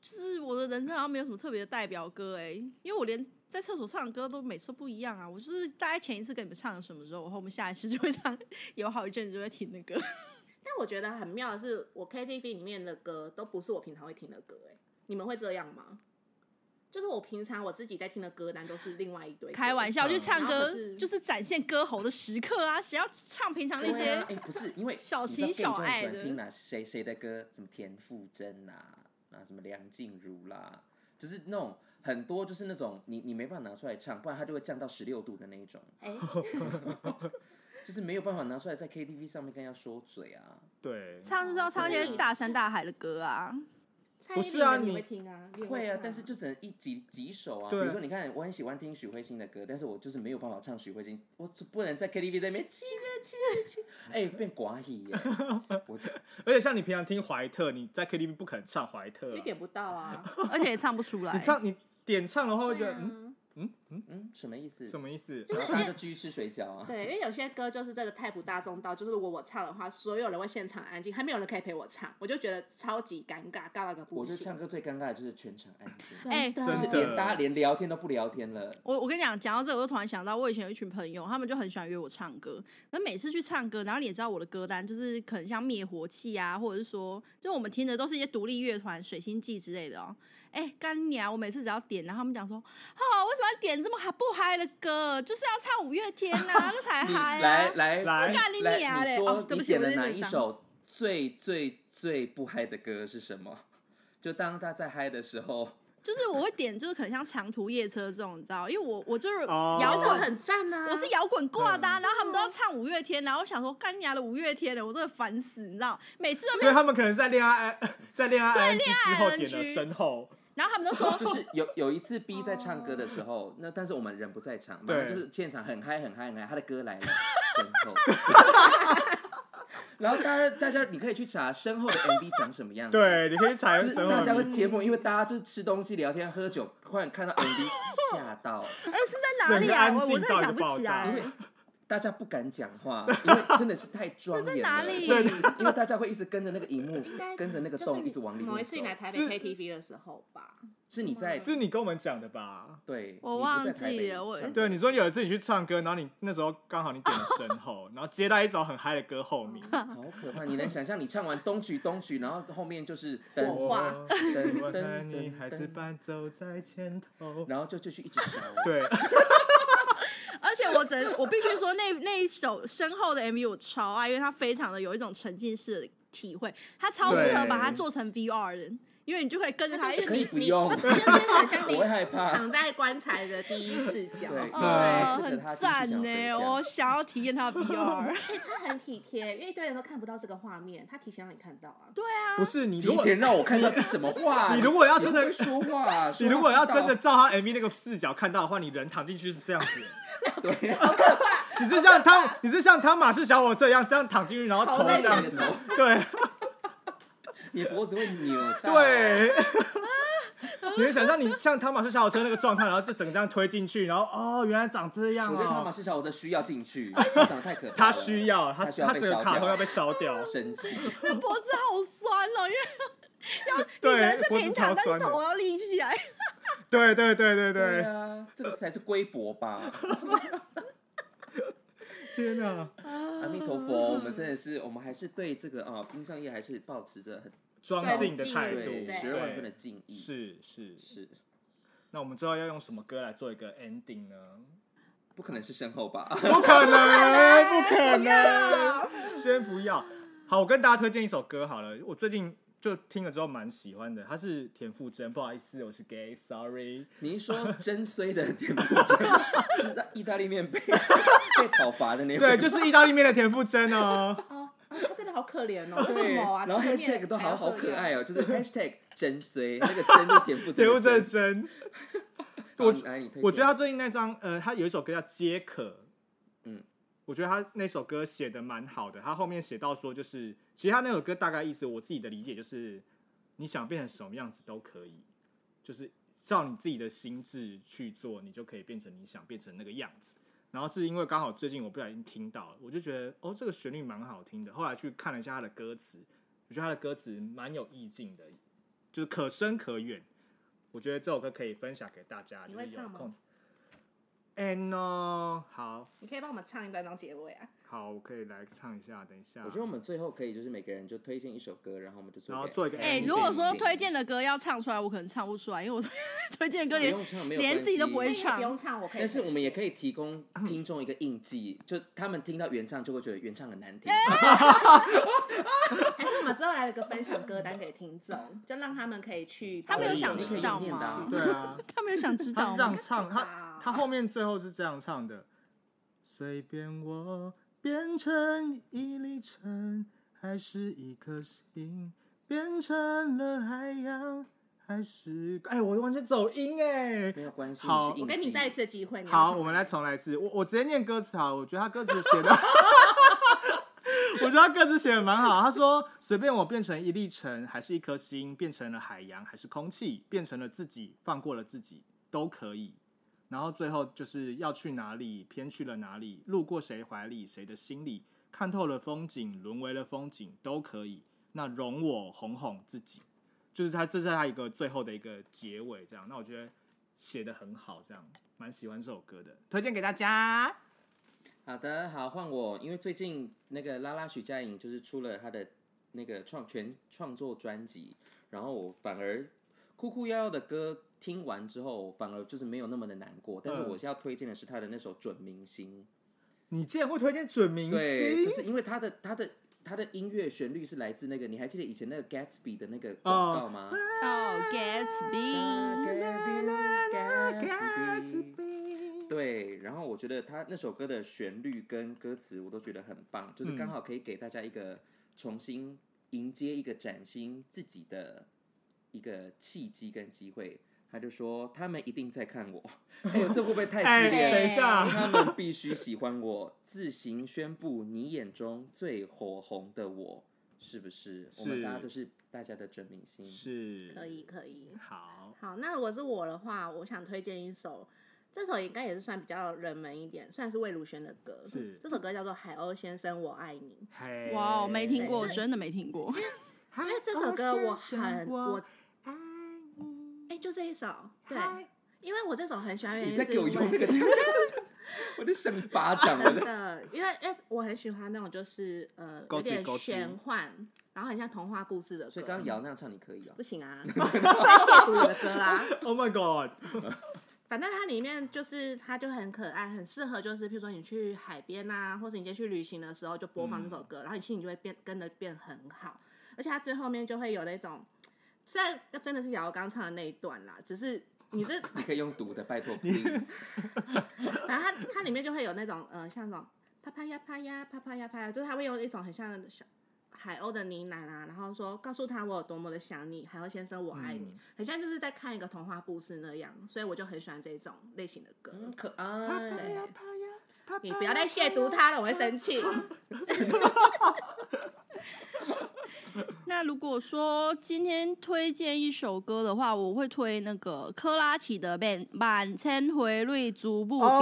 A: 就是我的人生好像没有什么特别的代表歌哎、因为我连在厕所唱的歌都每次都不一样啊。我就是大概前一次跟你们唱什么时候，然后我们下一次就会唱，有好一阵子就会听那个。
D: 但我觉得很妙的是，我 KTV 里面的歌都不是我平常会听的歌、哎，你们会这样吗？就是我平常我自己在听的歌单都是另外一堆歌。
A: 开玩笑，
B: 嗯
A: 去唱
D: 然
A: 歌
D: 后是
A: 就是展现歌喉的时刻啊，谁要唱平常那
C: 对
A: 些
C: 啊哎，不是因为
A: 小
C: 你知道
A: 情小
C: gay 就很
A: 爱
C: 喜欢
A: 的
C: 听哪谁谁的歌，什么田馥甄啦，啊什么梁静茹啦，就是那种很多就是那种你你没办法拿出来唱，不然它就会降到十六度的那一种，
D: 哎、
C: 就是没有办法拿出来在 KTV 上面跟人家说嘴啊。
B: 对，
A: 唱就是要唱一些大山大海的歌啊。
D: 蔡
B: 不
D: 依
B: 是
D: 林
B: 啊
D: 的你
B: 你
D: 会听啊，你也
C: 会啊
D: 唱，
C: 但是就只能一几几首啊。比
B: 对
C: 如说，你看我很喜欢听许慧欣的歌，但是我就是没有办法唱许慧欣，我是不能在 KTV 那边啊七个七
A: [LAUGHS]
C: 个七，哎、变寡语耶！我就
B: 而且像你平常听怀特，你在 KTV 不可能唱怀特、
D: 你
B: 啊，
D: 点不到啊。
A: 而且也唱不出来
B: 你。唱你点唱的话会觉
D: 对
B: 得、
D: 啊
B: 嗯嗯嗯
C: 嗯，什么意思？
B: 什么意思？
D: 就是
C: 然后大家就继续吃水饺啊。
D: 对，因为有些歌就是真的太不大众到，就是如果我唱的话，所有人会现场安静，还没有人可以陪我唱，我就觉得超级尴尬，尬到个不
C: 我觉
D: 行。
C: 得唱歌最尴尬的就是全场安静，
A: 哎
D: 真
B: 就
D: 的
C: 就是
B: 点
C: 连大家连聊天都不聊天了。
A: 我我跟你讲，讲到这个，我就突然想到，我以前有一群朋友，他们就很喜欢约我唱歌。那每次去唱歌，然后你也知道我的歌单就是可能像灭火器啊，或者是说，就我们听的都是一些独立乐团、水星记之类的哦。哎，干你啊！我每次只要点，然后他们讲说，哦，为什么要点这么嗨不嗨的歌？就是要唱五月天呐、那才
C: [LAUGHS] 你
A: 嗨
C: 来
A: 啊！
C: 来
B: 来
A: 我干你娘
C: 来，
A: 嘞！
C: 你
A: 哦
C: 说，
A: 对不
C: 你
A: 起，
C: 点
A: 我
C: 了
A: 真的
C: 哪
A: 很
C: 一
A: 脏？
C: 首最最最不嗨的歌是什么？就当他在嗨的时候，
A: 就是我会点，就是可能像长途夜车这种，你知道？因为我我就是
B: 哦
A: 摇
D: 摇
A: 滚
D: 滚很赞啊！
A: 我是摇滚挂的啊、
B: 嗯
A: 然后他们都要唱五月天，然后我想说干你娘的五月天了，我真的烦死，你知道？每次都没
B: [LAUGHS] 所
A: 有，
B: 以他们可能在恋爱 [LAUGHS] 在恋爱 ING 之后点了
A: ING
B: 身后，
A: 然后他们都
B: [LAUGHS]
A: 说，
C: 就是有有一次 B 在唱歌的时候，那但是我们人不在场，
B: 哦对
C: 嘛，就是现场很嗨很嗨很嗨，他的歌来了，身后。 [LAUGHS] 然后大家大家你可以去查身后的 MV 长什么样子，，
B: 对，你可以采
C: 就是
B: 身
C: 大家
B: 后
C: 会节目，因为大家就是吃东西、聊天、喝酒，忽然看到 MV 吓
B: [LAUGHS]
C: 到，
A: 哎、是在哪里啊？
B: 整个
A: 我
B: 安静
A: 我真的想不起
B: 到一
A: 来
C: 因，为大家不敢讲话，因为真的是太庄严了。
A: 这在哪里
C: 对，因为大家会一直跟着那个荧幕
D: 应该，
C: 跟着那个
D: 就是
C: 洞
D: 你
C: 一直往里面
D: 某一次你来
C: 走。
D: 台北
B: 是
D: KTV 的时候吧，
C: 是你在
B: 是你跟我们讲的吧？
C: 对，
A: 我
C: 你不
A: 忘
C: 在台
A: 记
C: 北
A: 了我
C: 上
B: 对，
C: 班
B: 你说有一次你去唱歌，然后你那时候刚好你点了身后，然后接到一首很嗨的歌后面，
C: 好可怕！你能想象你唱完东曲东曲，然后后面就是
D: 火
C: 灯
D: 花
B: 我
C: 灯
B: 我
C: 灯
B: 和你
C: 灯
B: 孩子
C: 灯，
B: 般走在前头。
C: 然后就继续一直烧。
B: 对，
A: 而且我真我必须说那那一首身后的 MV 我超爱，因为它非常的有一种沉浸式的体会，它超适合
C: 对
A: 把它做成 VR 的，因为你就可以跟着它一
D: 就是
A: 起。
C: 可以
D: 你
C: 不用
D: 你就是很像
C: [LAUGHS] 我会
D: 你
C: 害怕。
D: 躺在棺材的第一视角。
C: 对
A: 呃，
C: 对这
A: 很
C: 个他进去
A: 赞
C: 想
A: 呢、
C: 要得奖
A: 我想要体验它
B: [LAUGHS]
A: 的 VR。
D: 哦哎他很体贴，因为一堆人都看不到这个画面，他提前让你看到啊。
A: 对啊，
B: 不是你如
C: 提
B: 果
C: 前让我看到这什么话？
B: 你如果要真的
C: 你会不会说话啊，
B: 你
C: 说话
B: 如果要真的
C: 知
B: 照他 MV 那个视角看到的话，你人躺进去是这样子，[LAUGHS]
C: 道对，
B: 哦你是像汤，你是像汤马士小火车一样这样躺进去，然后头
D: 好累
B: 这样
C: 你
B: 子
C: 的头，
B: 对
C: [LAUGHS] 你的脖子会扭到。
B: 对。你能想象你像汤马士小火车那个状态，然后就整个这样推进去，然后哦，原来长这样
C: 我觉得汤马
B: 哦。
C: 士小伙子需要
B: [LAUGHS]
C: 进去，他长得太可怕了。
B: 他需要他
C: 他需要
B: 他
C: 被
B: 整个
C: 烧掉
B: 卡通要被烧掉，
C: 生气，
A: 那脖子好酸哦，因为
B: 对
A: 人，是
B: 脖子
A: 平躺
B: 超，
A: 但
B: 酸
A: 是头
B: 的，
A: 要立起来。
B: 对对对对对，
C: 啊，这个才是龟伯吧？
B: 天哪！
C: 阿弥陀佛，我们真的是，我们还是对这个啊冰上业还是保持着很
B: 装进的态度，
C: 对
D: 对
C: 十二万分
B: 对，
C: 的敬意。
B: 是是。
C: 是，
B: 那我们之后要用什么歌来做一个 ending 呢？
C: 不可能是身后
B: [LAUGHS]
C: 吧？
B: 不可能，不可能，先不要。好，我跟大家推荐一首歌好了，我最近就听了之后蛮喜欢的，它是田馥甄，不好意思，我是 gay，sorry。
C: 你一说真衰的点不真，是在意大利面被被讨伐的那位
B: 对，就是意大利面的田馥甄 [LAUGHS] 哦。
D: 哦，啊他真的好可怜哦，为
C: 对，
D: 什么啊？
C: 然后
D: 这个面
C: hashtag 都好好可爱
D: 哦。
C: 哦，就是 hashtag 真衰，那个真就点不
B: 田馥甄
C: 真
B: 的
C: 的真。
B: 真，
C: 好
B: 我
C: 你来你推
B: 我觉得他
C: 荐
B: 最近那张，呃，他有一首歌叫《皆可》，
C: 嗯，
B: 我觉得他那首歌写的蛮好的。他后面写到说，就是其实他那首歌大概意思，我自己的理解就是，你想变成什么样子都可以，就是照你自己的心智去做，你就可以变成你想变成那个样子。然后是因为刚好最近我不小心听到了，我就觉得哦，这个旋律蛮好听的。后来去看了一下他的歌词，我觉得他的歌词蛮有意境的，就是可深可远。我觉得这首歌可以分享给大家，
D: 你
B: 就
D: 会
B: 是有
D: 唱吗
B: 空。哎 no，好
D: 你可以帮我们唱一段当结尾啊。
B: 好，我可以来唱一下，等一下。
C: 我觉得我们最后可以就是每个人就推荐一首歌，然后我们就
B: 然后做一个
A: 哎、
B: ending
A: 如果说推荐的歌要唱出来，我可能唱不出来，因为我 [LAUGHS] 推荐的歌
C: 不
A: 连
B: 哎
C: 用唱，没有
A: 连
C: 关
A: 自己都
C: 系
A: 不会
D: 那你也
A: 唱
D: 不用唱，我可
C: [LAUGHS]
D: 以。
C: 但是我们也可以提供听众一个印记，就他们听到原唱就会觉得原唱很难听。
D: 还是我们之后来有一个分享歌单给听众，就让他们可以去。
A: 他们有想
C: 可以
A: 知道吗
C: 可以念的啊
B: 对啊，
A: 他们有想知
B: 他
A: 道
B: 是这样
A: 吗？
B: 唱，他他后面最后是这样唱的：随便我变成一粒尘，还是一颗星，变成了海洋，还是哎，我完全走音哎。
C: 没有关系，
B: 好
C: 你是印
D: 我给
C: 记
D: 你再一次机会。你要
B: 好，
D: 唱
B: 我们来重来一次。我我直接念歌词好了，我觉得他 [LAUGHS] 歌词写的，我觉得他歌词写的蛮好。他说：“随便我变成一粒尘，还是一颗星，变成了海洋，还是空气，变成了自己，放过了自己，都可以。”然后最后就是要去哪里，偏去了哪里，路过谁怀里，谁的心里，看透了风景，沦为了风景，都可以。那容我哄哄自己，就是他，这是他一个最后的一个结尾，这样。那我觉得写的很好，这样蛮喜欢这首歌的，推荐给大家。
C: 好的，好换我，因为最近那个拉拉徐佳莹就是出了她的那个创全创作专辑，然后我反而哭哭夭夭的歌听完之后，反而就是没有那么的难过。但是
B: 嗯
C: 我要推荐的是她的那首《准明星
B: 你竟然会推荐准》，明
C: 对，就
B: 星？
C: 是因为她的她的她的音乐旋律是来自那个，你还记得以前那个 Gatsby 的那个广告吗？
A: 哦，Gatsby，
C: [LAUGHS] Gatsby，Gatsby。对，然后我觉得他那首歌的旋律跟歌词我都觉得很棒，就是刚
B: 嗯
C: 好可以给大家一个重新迎接一个崭新自己的一个契机跟机会。他就说他们一定在看我， [LAUGHS] 哎呦，这会不会太
B: 哎，
C: 激烈？
B: 等一下，
C: 他们必须喜欢我，自行宣布你眼中最火红的我，是不是？我们
B: 是
C: 大家都是大家的准明星。
B: 是
D: 可以可以。
B: 好，
D: 好，那如果是我的话，我想推荐一首，这首应该也是算比较冷门一点，算是魏如萱的歌。
B: 是
D: 这首歌叫做《海鸥先生我爱你》。
B: 嘿，
A: 哇，哦我没听过，
D: 对
A: 真的没听过。
B: 嗨，
D: 因为哎这首歌我很我
B: 爱你
D: 哎、就这一首，对，
B: 嗨
D: 因为我这首很喜欢的原
C: 你
D: 因
C: 在
D: 是
C: 给我
D: 因
C: 用
D: 为
C: 那个枪， [LAUGHS] 我就想巴掌了 [LAUGHS]
D: [LAUGHS] 真。的，因为因为我很喜欢那种就是呃
B: 勾
D: 有
B: 子
D: 点
B: 勾子
D: 玄幻，然后很像童话故事的歌。
C: 所以刚刚姚那样唱你可以哦
D: 不。行
C: [LAUGHS]
D: 啊， [LAUGHS] 亵渎我的歌啊。
B: ，Oh my God，
D: 反正它里面就是它就很可爱，很适合就是譬如说你去海边啊，或者你今天去旅行的时候就播放这首歌，然后你心情就会变跟着变很好，而且它最后面就会有那种，虽然真的是姚刚唱的那一段啦，只是你这
C: 你可以用读的，拜托 please。
D: 反正它它里面就会有那种呃，像那种啪啪呀啪呀啪啪呀啪呀，就是它会用一种很像小海鸥的呢喃啊，然后说告诉他我有多么的想你，海鸥先生我爱你，
B: 嗯
D: 很像就是在看一个童话故事那样，所以我就很喜欢这种类型的歌。
C: 嗯，可
B: 啪啪
C: 爱。
B: 呀啪呀啪呀
D: 你不要再亵渎他了，我会
C: [LAUGHS]
D: 生气。
A: 那如果说今天推荐一首歌的话，我会推那个科拉奇的《满满千回瑞逐步悲哀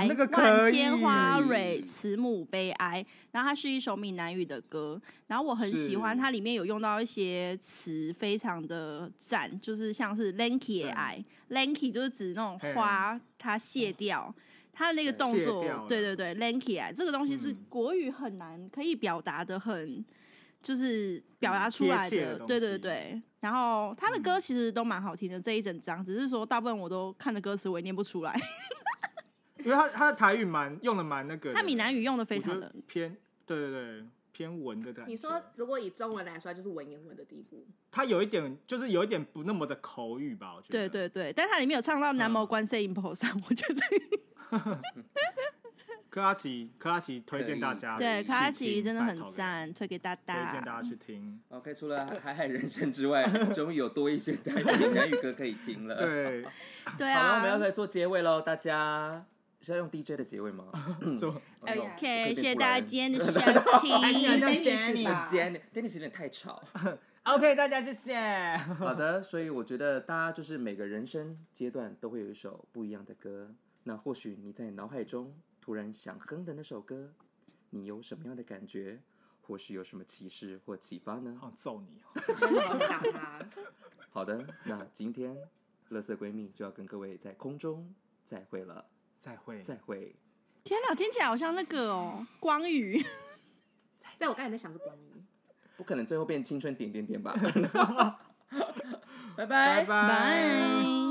B: 哦》，那个可
A: 万千花
B: 以
A: 蕊慈母悲哀。然后它是一首闽南语的歌，然后我很喜欢
B: 是
A: 它里面有用到一些词，非常的赞，就是像是 lanky 的爱，lanky 就是指那种
B: 嘿
A: 花它谢掉。它的那个
C: 对
A: 动
B: 卸
A: 作
B: 掉，
A: 对
B: 了
A: 对对，lanky 啊，这个东西是
B: 嗯
A: 国语很难可以表达的很就是表达出来
B: 嗯贴切
A: 的，
B: 的东西
A: 对对对。然后他的歌
B: 嗯
A: 其实都蛮好听的，这一整张，只是说大部分我都看着歌词我也念不出来。
B: 因为他他的台语蛮用的蛮那个的，
A: [LAUGHS] 他闽南语用的非
B: 我觉
A: 常
B: 得
A: 的，
B: 偏，对对对，偏文的感觉。
D: 你说如果以中文来说，就是文言文的地步。
B: 他有一点，就是有一点不那么的口语吧，我觉
A: 对
B: 得。
A: 对对。但它里面有唱到南无
B: 嗯
A: 观世音菩萨，我觉得
B: 克拉奇，克拉奇推荐大家去听，
A: 对卡拉奇真的
B: 拜
A: 很
B: 托给，
A: 赞，推给大
B: 推荐
A: 家
B: 大家。去听。
C: OK，除了《海海人生》之外，终于有多一些台闽南语歌可以听了。，
B: 对，
A: 对
C: 好了，我们
A: 啊
C: 要来做结尾喽，大家是要用 DJ 的结尾吗？哦
B: 说
D: 哎
A: ，OK，
D: 呀
C: 我可以变
A: 谢谢
C: 不
A: 大家
C: 然
A: 今天
B: [LAUGHS]
A: 的收听，
B: 还是 [LAUGHS] 有像
A: 哎
D: Dennis 吧
C: Dennis，Dennis 有点太吵。
B: OK，大家谢谢。
C: 好的，所以我觉得大家就是每个人生阶段都会有一首不一样的歌。那或许你在脑海中突然想哼的那首歌，你有什么样的感觉，或是有什么启示或启发呢？
B: 好想揍你哦！
D: 真的好想他。
C: 好的，那今天乐色闺蜜就要跟各位在空中再会了，
B: 再会，
C: 再会。
A: 天哪，听起来好像那个哦，光宇。
D: 但我刚才在想是光明。
C: 不可能最后变青春点点点吧？拜拜
B: 拜拜。
A: 拜。
D: 哦